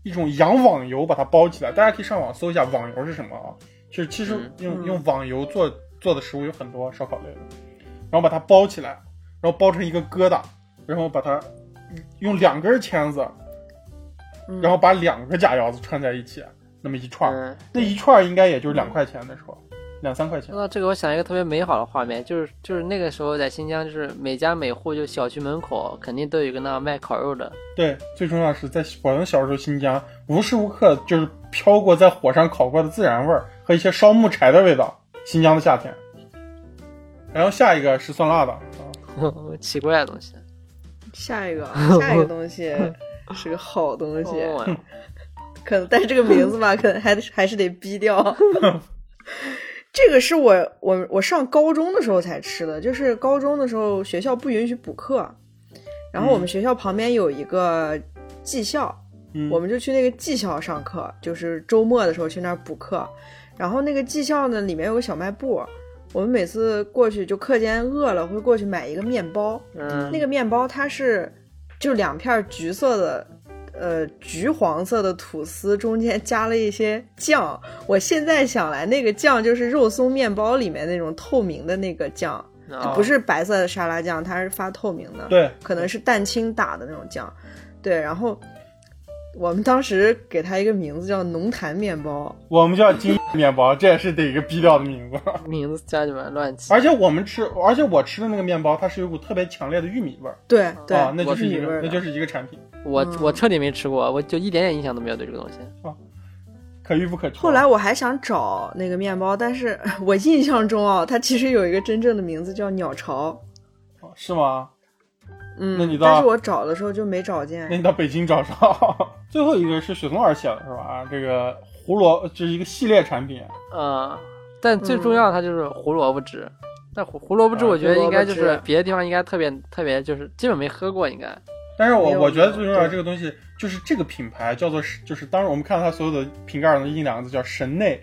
Speaker 2: 一种羊网油把它包起来。大家可以上网搜一下网油是什么啊？就是其实
Speaker 3: 嗯
Speaker 2: 用、
Speaker 4: 嗯
Speaker 2: 用网油做做的食物有很多烧烤类的，然后把它包起来，然后包成一个疙瘩，然后把它用两根签子，
Speaker 4: 嗯
Speaker 2: 然后把两个假腰子串在一起，那么一串儿，
Speaker 3: 嗯，
Speaker 2: 那一串儿应该也就是两块钱的时候，两三块钱
Speaker 3: 说。到这个，我想一个特别美好的画面，就是就是那个时候在新疆，就是每家每户就小区门口肯定都有一个那样卖烤肉的，
Speaker 2: 对，最重要的是在我们小时候新疆，无时无刻就是飘过在火上烤过的孜然味儿和一些烧木柴的味道。新疆的夏天，然后下一个是酸辣的，啊
Speaker 3: 奇怪的东西。
Speaker 4: 下 一个啊，下一个东西是个好东西，
Speaker 3: 哦
Speaker 4: 可能但是这个名字吧，可能还得还是得逼掉。 这个是我我我上高中的时候才吃的，就是高中的时候学校不允许补课，然后我们学校旁边有一个技校，
Speaker 2: 嗯，
Speaker 4: 我们就去那个技校上课，就是周末的时候去那儿补课。然后那个技校呢，里面有个小卖部，我们每次过去就课间饿了会过去买一个面包，
Speaker 3: 嗯，
Speaker 4: 那个面包它是就两片橘色的，呃，橘黄色的吐司，中间加了一些酱。我现在想来，那个酱就是肉松面包里面那种透明的那个酱，它
Speaker 3: 啊
Speaker 4: 嗯不是白色的沙拉酱，它是发透明的，
Speaker 2: 哦对，
Speaker 4: 可能是蛋清打的那种酱。对，然后我们当时给它一个名字叫浓痰面包。
Speaker 2: 我们叫金面包，这也是得一个逼掉的名字。
Speaker 3: 啊名字加起来乱七。
Speaker 2: 而且我们吃，而且我吃的那个面包，它是有股特别强烈的玉米味儿
Speaker 4: 对对、
Speaker 2: 啊，那就
Speaker 4: 我
Speaker 2: 是一
Speaker 4: 米味
Speaker 2: 个，
Speaker 4: 儿
Speaker 2: 那
Speaker 4: 的
Speaker 2: 就是一个产品，
Speaker 3: 我
Speaker 4: 嗯
Speaker 3: 我彻底没吃过，我就一点点印象都没有对这个东西。
Speaker 2: 可遇不可求。啊
Speaker 4: 后来我还想找那个面包，但是 我印象中啊，它其实有一个真正的名字叫鸟巢。
Speaker 2: 是吗？
Speaker 4: 嗯，
Speaker 2: 那你到
Speaker 4: 但是我找的时候就没找
Speaker 2: 那
Speaker 4: 见。
Speaker 2: 你到北京找找。 最后一个是雪松老师写的是吧？啊这个胡萝这是一个系列产品，
Speaker 3: 嗯，但最重要的它就是胡萝卜汁。但胡胡萝卜汁，我觉得应该就
Speaker 4: 嗯啊胡萝
Speaker 3: 是
Speaker 4: 卜汁
Speaker 3: 别的地方应该特别特别，就是基本没喝过，应该。
Speaker 2: 但是
Speaker 4: 没
Speaker 2: 我
Speaker 4: 有
Speaker 2: 我觉得
Speaker 4: 没有
Speaker 2: 最重要的
Speaker 4: 对
Speaker 2: 这个东西就是这个品牌叫做是就是当时我们看到它所有的瓶盖上印两个字叫神内，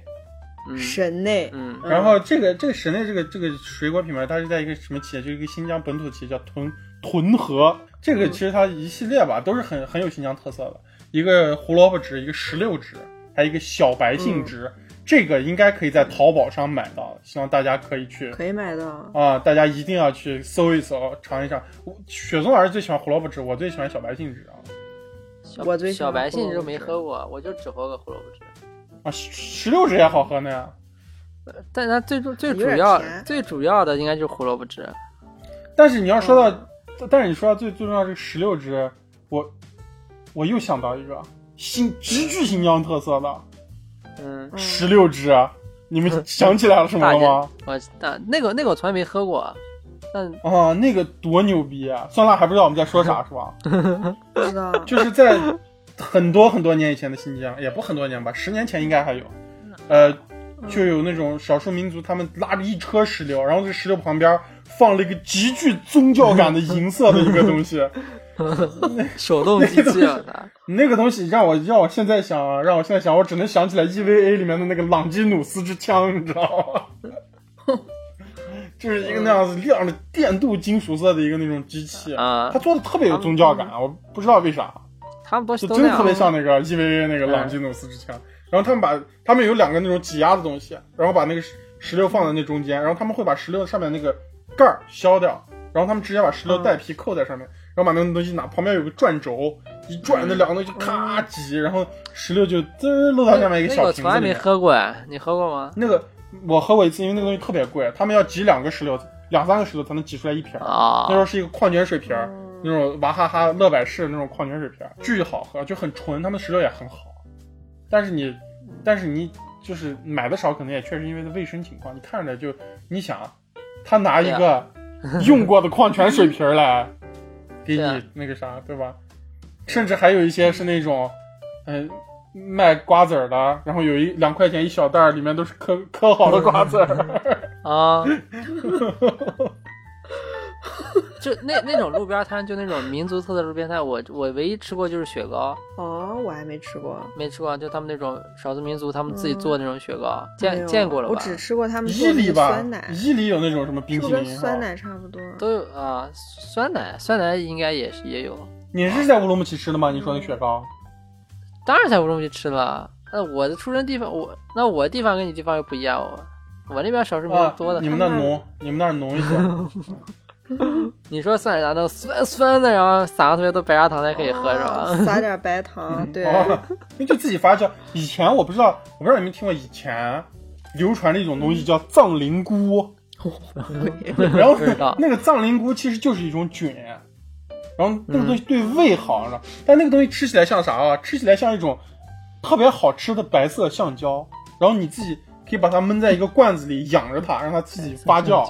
Speaker 3: 嗯
Speaker 4: 神内，
Speaker 3: 嗯
Speaker 4: 嗯
Speaker 2: 然后这个这个神内这个这个水果品牌它是在一个什么企业，就是一个新疆本土企业叫屯屯禾，这
Speaker 4: 嗯
Speaker 2: 个其实它一系列吧都是很很有新疆特色的，一个胡萝卜汁，一个石榴汁，还有一个小白
Speaker 4: 嗯
Speaker 2: 杏汁，这个应该可以在淘宝上买到，希望大家可以去
Speaker 4: 可以买到。
Speaker 2: 啊，大家一定要去搜一搜，尝一尝。我雪松老师最喜欢胡萝卜汁，我最喜欢小白杏汁啊。
Speaker 3: 小
Speaker 4: 我最喜
Speaker 3: 小
Speaker 4: 欢
Speaker 3: 白
Speaker 4: 胡
Speaker 3: 杏
Speaker 4: 萝
Speaker 3: 都
Speaker 4: 卜
Speaker 3: 没
Speaker 4: 汁
Speaker 3: 喝过，我就只喝过胡萝卜汁。
Speaker 2: 啊，石石榴汁也好喝呢。
Speaker 3: 但它最主最主
Speaker 4: 有点
Speaker 3: 要
Speaker 4: 甜
Speaker 3: 最主要的应该就是胡萝卜汁。
Speaker 2: 但是你要说到，
Speaker 3: 嗯
Speaker 2: 但是你说到最最重要这个石榴汁，我我又想到一个新极具新疆特色的
Speaker 3: 嗯，
Speaker 4: 嗯
Speaker 2: 石榴汁，啊你们想起来了什么
Speaker 3: 大
Speaker 2: 了
Speaker 3: 家
Speaker 2: 吗？
Speaker 3: 我但那个那个我从来没喝过， 但
Speaker 2: 啊，那个多牛逼啊！酸辣还不知道我们在说啥是 吧？
Speaker 4: 不 知道
Speaker 2: 就是在很多很多年以前的新疆，也不很多年吧，十年前应该还有，
Speaker 3: 嗯
Speaker 2: 呃，就有那种少数民族，他们拉着一车石榴，然后这石榴旁边放了一个极具宗教感的银色的一个东西，
Speaker 3: 手动机器啊我操，
Speaker 2: 那个东西让我让我现在想啊，让我现在想，我只能想起来 EVA 里面的那个朗基努斯之枪，你知道吗？就是一个那样子亮着电镀金属色的一个那种机器，
Speaker 3: 啊
Speaker 2: 它做的特别有宗教感，我不知道为啥。
Speaker 3: 他们都
Speaker 2: 就
Speaker 3: 都
Speaker 2: 真
Speaker 3: 那
Speaker 2: 的特别
Speaker 3: 样。哎
Speaker 2: 像那个 EVA 那个朗基努斯之枪。然后他们把他们有两个那种挤压的东西，然后把那个石石榴放在那中间，然后他们会把石榴上面那个盖儿削掉，然后他们直接把
Speaker 3: 嗯
Speaker 2: 石榴带皮扣在上面，然后把那个东西拿旁边有个转轴，一转那
Speaker 3: 嗯
Speaker 2: 两个东西咔挤，然后石榴就滋儿落到下面一
Speaker 3: 那
Speaker 2: 小
Speaker 3: 我
Speaker 2: 瓶
Speaker 3: 从
Speaker 2: 子
Speaker 3: 来
Speaker 2: 里
Speaker 3: 没
Speaker 2: 面。
Speaker 3: 喝过哎，你喝过吗？
Speaker 2: 那个我喝过一次，因为那个东西特别贵，他们要挤两个石榴，两三个石榴才能挤出来一瓶儿。
Speaker 3: 啊嗯
Speaker 2: 那时，候是一个矿泉水瓶儿，那种娃哈哈乐百氏那种矿泉水瓶儿，巨好喝，就很纯，他们石榴也很好。但是你，但是你就是买的少，可能也确实因为它卫生情况，你看着就，你想，他拿一
Speaker 3: 对啊
Speaker 2: 个用过的矿泉水瓶儿来给
Speaker 3: 对啊
Speaker 2: 你那个啥，对吧？甚至还有一些是那种，嗯、卖瓜子儿的，然后有一两块钱一小袋儿，里啊 面都是磕磕好的瓜子儿。
Speaker 3: 啊， 就那那种路边摊，就那种民族特色路边摊，我我唯一吃过就是雪糕，
Speaker 4: 哦，我还没吃过，
Speaker 3: 没吃过就他们那种少数民族他们自己
Speaker 4: 嗯
Speaker 3: 做的那种雪糕，
Speaker 4: 没有
Speaker 3: 见见过了吧？
Speaker 4: 哎我只吃过他们
Speaker 2: 伊
Speaker 4: 做
Speaker 2: 犁
Speaker 4: 的
Speaker 2: 吧
Speaker 4: 酸奶，，
Speaker 2: 伊犁有那种什么冰
Speaker 4: 是不
Speaker 2: 淇
Speaker 4: 是跟
Speaker 2: 淋啊
Speaker 4: 酸
Speaker 2: 哈。
Speaker 4: 奶差不多？
Speaker 3: 都有啊，酸奶酸奶应该也是也有，
Speaker 2: 你是在乌鲁木齐吃的吗？你说那雪糕？
Speaker 3: 嗯当然在乌鲁木齐吃了。那我的出生地方，我那我地方跟你地方又不一样哦，我那边少数民
Speaker 2: 啊
Speaker 3: 族多的。，
Speaker 2: 你们那浓，你们那浓一 些。
Speaker 3: 你说酸奶啥都酸酸的，然后撒上特别多白砂糖才可以喝是 吧？
Speaker 4: 哦撒点白糖，对，
Speaker 2: 哦，那就自己发酵。以前我不知道，我不知道你们听过以前流传的一种东西叫藏灵菇，然后
Speaker 3: 嗯不知道
Speaker 2: 那个藏灵菇其实就是一种菌，然后那个
Speaker 3: 嗯
Speaker 2: 东西对胃好，你知道但那个东西吃起来像啥啊？吃起来像一种特别好吃的白色橡胶，然后你自己可以把它闷在一个罐子里养着它，让它自己发 酵。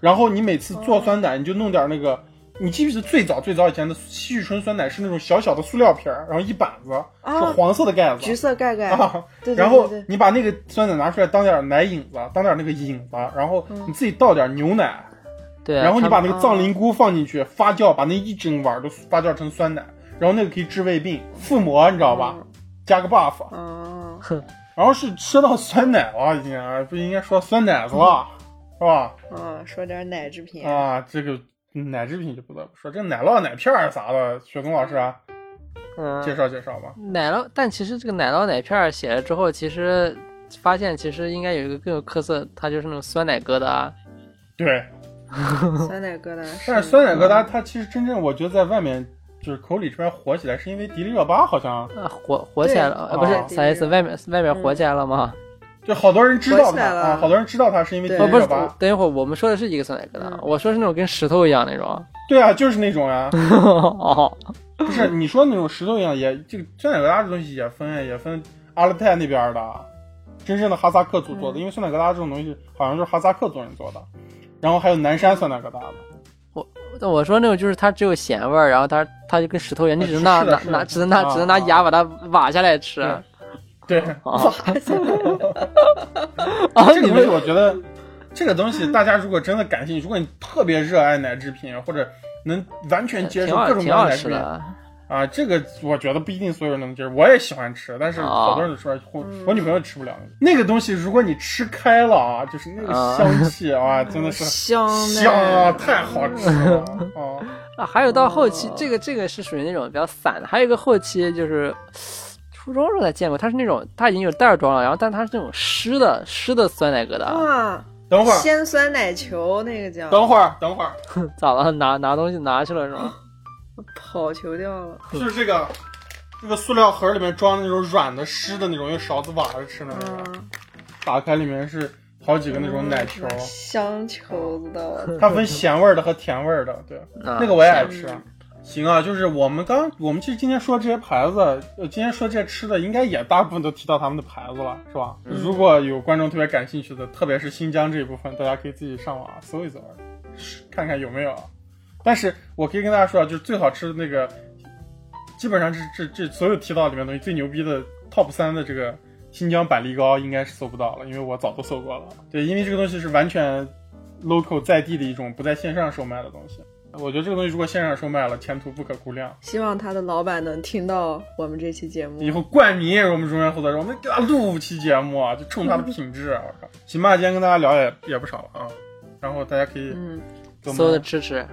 Speaker 2: 然后你每次做酸奶，你就弄点那个，你记不记得最早最早以前的西域纯酸奶是那种小小的塑料瓶儿，然后一板子，
Speaker 4: 啊
Speaker 2: 是黄色的盖子，
Speaker 4: 橘色盖盖，
Speaker 2: 啊，
Speaker 4: 对对
Speaker 2: 然后
Speaker 4: 对对
Speaker 2: 你把那个酸奶拿出来当点奶引子，当点那个引子，然后你自己倒点牛奶，
Speaker 3: 对，
Speaker 2: 然后你
Speaker 3: 他
Speaker 2: 把
Speaker 3: 们
Speaker 2: 那个藏灵菇放进去发酵，把那一整碗都发酵成酸奶，然后那个可以治胃病、腹膜，你知道
Speaker 4: 嗯
Speaker 2: 吧？加个 buff，
Speaker 4: 哦，
Speaker 2: 然后是吃到酸奶了，已经啊不应该说酸奶子了，是吧？
Speaker 4: 哦，说点奶制品，
Speaker 2: 啊，这个奶制品就不得不说，这奶酪、奶片儿啥的，雪松老师、啊、介
Speaker 3: 嗯
Speaker 2: 绍介绍吧。
Speaker 3: 奶酪，但其实这个奶酪奶片儿写了之后，其实发现其实应该有一个更有特色，它就是那种酸奶疙瘩啊。
Speaker 2: 对，
Speaker 4: 酸奶疙瘩是，
Speaker 2: 但是酸奶疙
Speaker 4: 嗯
Speaker 2: 瘩它其实真正我觉得在外面就是口里这边火起来，是因为迪丽热巴好像
Speaker 3: 啊火火起来了，呃、
Speaker 2: 对嗯哦
Speaker 3: 不是啥意思？外面外面火起来了吗？
Speaker 2: 就好多人知道
Speaker 4: 火起
Speaker 2: 它
Speaker 4: 来了
Speaker 2: 啊，好多人知道它是因为迪
Speaker 4: 对
Speaker 3: 哦，
Speaker 2: 丽
Speaker 3: 不是
Speaker 2: 热巴，。
Speaker 3: 等一会儿我们说的是一个酸奶疙瘩，
Speaker 4: 嗯
Speaker 3: 我说是那种跟石头一样那种。
Speaker 2: 对啊，就是那种啊，
Speaker 3: 哦，
Speaker 2: 不是你说那种石头一样，也这个酸奶疙瘩这东西也分也分阿勒泰那边的，真正的哈萨克族
Speaker 4: 嗯
Speaker 2: 做的，因为酸奶疙瘩这种东西好像就是哈萨克族人做的，然后还有南山酸奶疙瘩的。
Speaker 3: 但我说那种就是它只有咸味儿，然后它它就跟石头一样，你只能
Speaker 2: 啊是
Speaker 3: 拿
Speaker 2: 的
Speaker 3: 拿
Speaker 2: 是的嗯
Speaker 3: 拿，只能拿
Speaker 2: 啊
Speaker 3: 只能拿
Speaker 2: 啊
Speaker 3: 牙把它挖下来吃。
Speaker 2: 对 对，
Speaker 3: 啊，
Speaker 2: 这个东西我觉得，这个东西大家如果真的感兴趣，如果你特别热爱奶制品，或者能完全接
Speaker 3: 挺
Speaker 2: 受
Speaker 3: 好
Speaker 2: 各种各
Speaker 3: 挺
Speaker 2: 样
Speaker 3: 好
Speaker 2: 的奶
Speaker 3: 吃
Speaker 2: 制品
Speaker 3: 的。
Speaker 2: 啊，这个我觉得不一定所有人能接受。我也喜欢吃，但是
Speaker 3: 哦
Speaker 2: 好多人说，我
Speaker 3: 嗯
Speaker 2: 我女朋友吃不了那个东西。如果你吃开了啊，就是那个香气啊，真的是
Speaker 4: 香
Speaker 2: 香啊，
Speaker 4: 奶，
Speaker 2: 太好吃了啊！
Speaker 3: 啊，还有到后期，
Speaker 4: 哦
Speaker 3: 这个这个是属于那种比较散的，还有一个后期就是初中时候才见过，它是那种它已经有袋儿装了，然后但它是那种湿的湿的酸奶疙 瘩，
Speaker 4: 哇，
Speaker 2: 等会儿，
Speaker 4: 鲜酸奶球那个叫
Speaker 2: 等会儿，等会儿，
Speaker 3: 咋了？拿拿东西拿去了是吗？
Speaker 4: 跑球掉了，
Speaker 2: 就是这个。这个塑料盒里面装的那种软的、湿的那种，用啊勺子挖着吃的那个，
Speaker 4: 嗯，
Speaker 2: 打开里面是好几个嗯那种奶球，
Speaker 4: 香球子的，我
Speaker 2: 它分咸味儿的和甜味儿的，对，
Speaker 3: 啊
Speaker 2: 那个我也爱吃。行啊，就是我们刚我们其实今天说这些牌子，呃，今天说这些吃的，应该也大部分都提到他们的牌子了，是吧？如果有观众特别感兴趣的，特别是新疆这一部分，大家可以自己上网啊搜一搜，看看有没有。但是我可以跟大家说啊，就是最好吃的那个，基本上这这这所有提到里面的东西最牛逼的 top 三的这个新疆板栗糕应该是搜不到了，因为我早都搜过了。对，因为这个东西是完全 local 在地的一种不在线上售卖的东西。我觉得这个东西如果线上售卖了，前途不可估量。
Speaker 4: 希望他的老板能听到我们这期节目
Speaker 2: 以。后冠名也是我们中原负责人，我们给他录五期节目啊，就冲他的品质啊！我靠，行吧，今天跟大家聊也也不少了啊，然后大家可以
Speaker 4: 嗯，
Speaker 2: 给我们
Speaker 3: 搜的吃吃，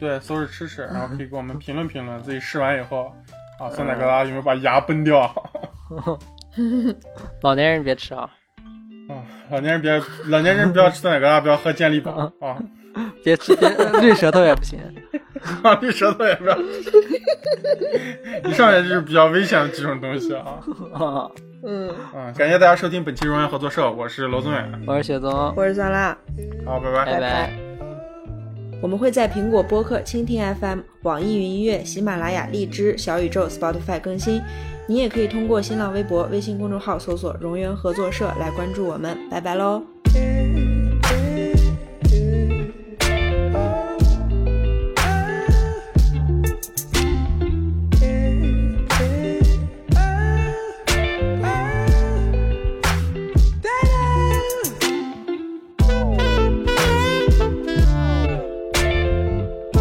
Speaker 2: 对，搜着吃吃，然后可以给我们评论评论，自己试完以后啊，酸奶疙瘩有没有把牙崩掉？
Speaker 3: 老年人别吃啊，
Speaker 2: 啊，老年人别老年人不要吃酸奶疙瘩，不要喝健力宝啊，
Speaker 3: 别吃别呃绿舌头也不行。
Speaker 2: 啊，绿舌头也不要吃。以上也就是比较危险的几种东西啊。
Speaker 3: 啊
Speaker 4: 嗯，
Speaker 2: 嗯，感谢大家收听本期《荣源合作社》，我是娄宗远，
Speaker 3: 我是雪宗，
Speaker 4: 我是酸辣，
Speaker 2: 好，拜拜。
Speaker 3: 拜
Speaker 4: 拜
Speaker 3: 拜。
Speaker 4: 我们会在苹果播客、蜻蜓 FM、网易云音乐、喜马拉雅、荔枝、小宇宙、Spotify 更新。你也可以通过新浪微博、微信公众号搜索“荣源合作社”来关注我们。拜拜喽！
Speaker 5: Da-da!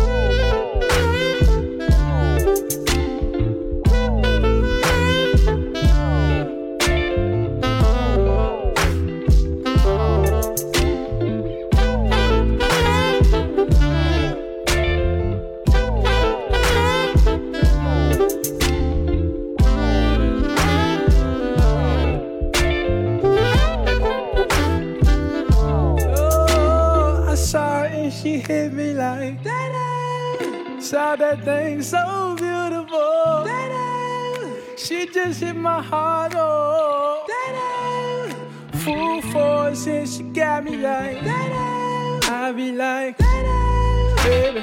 Speaker 5: Oh, and she hit me like that. Saw that thing so beautiful. She just hit my heart, oh. Full force and she got me like I be like, baby,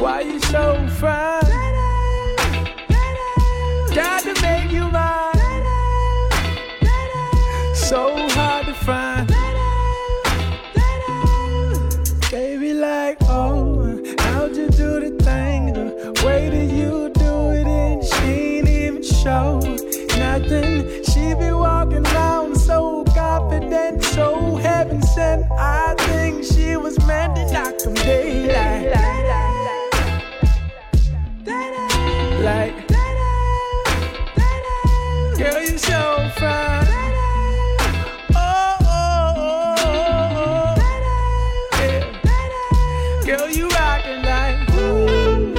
Speaker 5: why you so fine? Got to make you mine. So hard to find. Baby, like, oh, how'd you do the thing? The way that you do it, and she ain't even show nothing. She be walking around so confident, so heaven sent. I think she was meant to knock them daylight. Like, girl, you so fine. Oh, oh, oh, oh, oh. Yeah. Girl, you rockin' like ooh.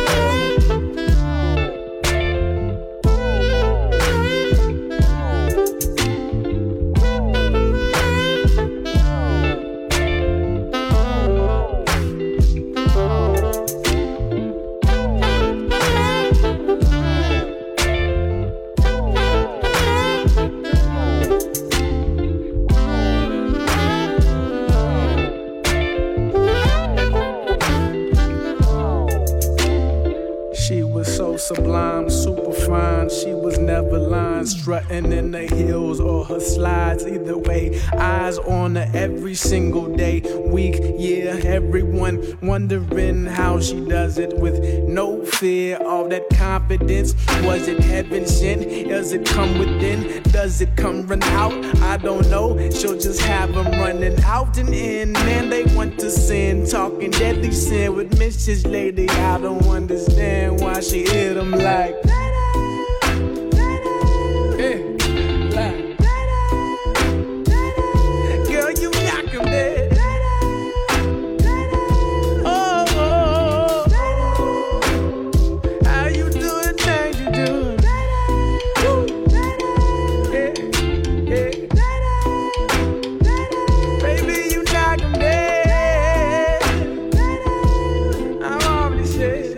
Speaker 5: She was so sublime, super fine. She was never lying, strutting in the heels or her slides. Either way, eyes on her every single day, week, year. Everyone wondering how she does it with no fear. All that confidence, was it heaven sent? Does it come within? Does it come run out? I don't know. She'll just have them running out and in. Man, they want to sin, talking deadly sin with Mrs. Lady. I don't understand why she hit them like. Eh, like. Girl, you knock 'em dead. Oh, oh, oh. How you doing? How you doing? Yeah, yeah. Baby, you knock 'em dead. I'm already shit.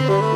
Speaker 5: Yeah.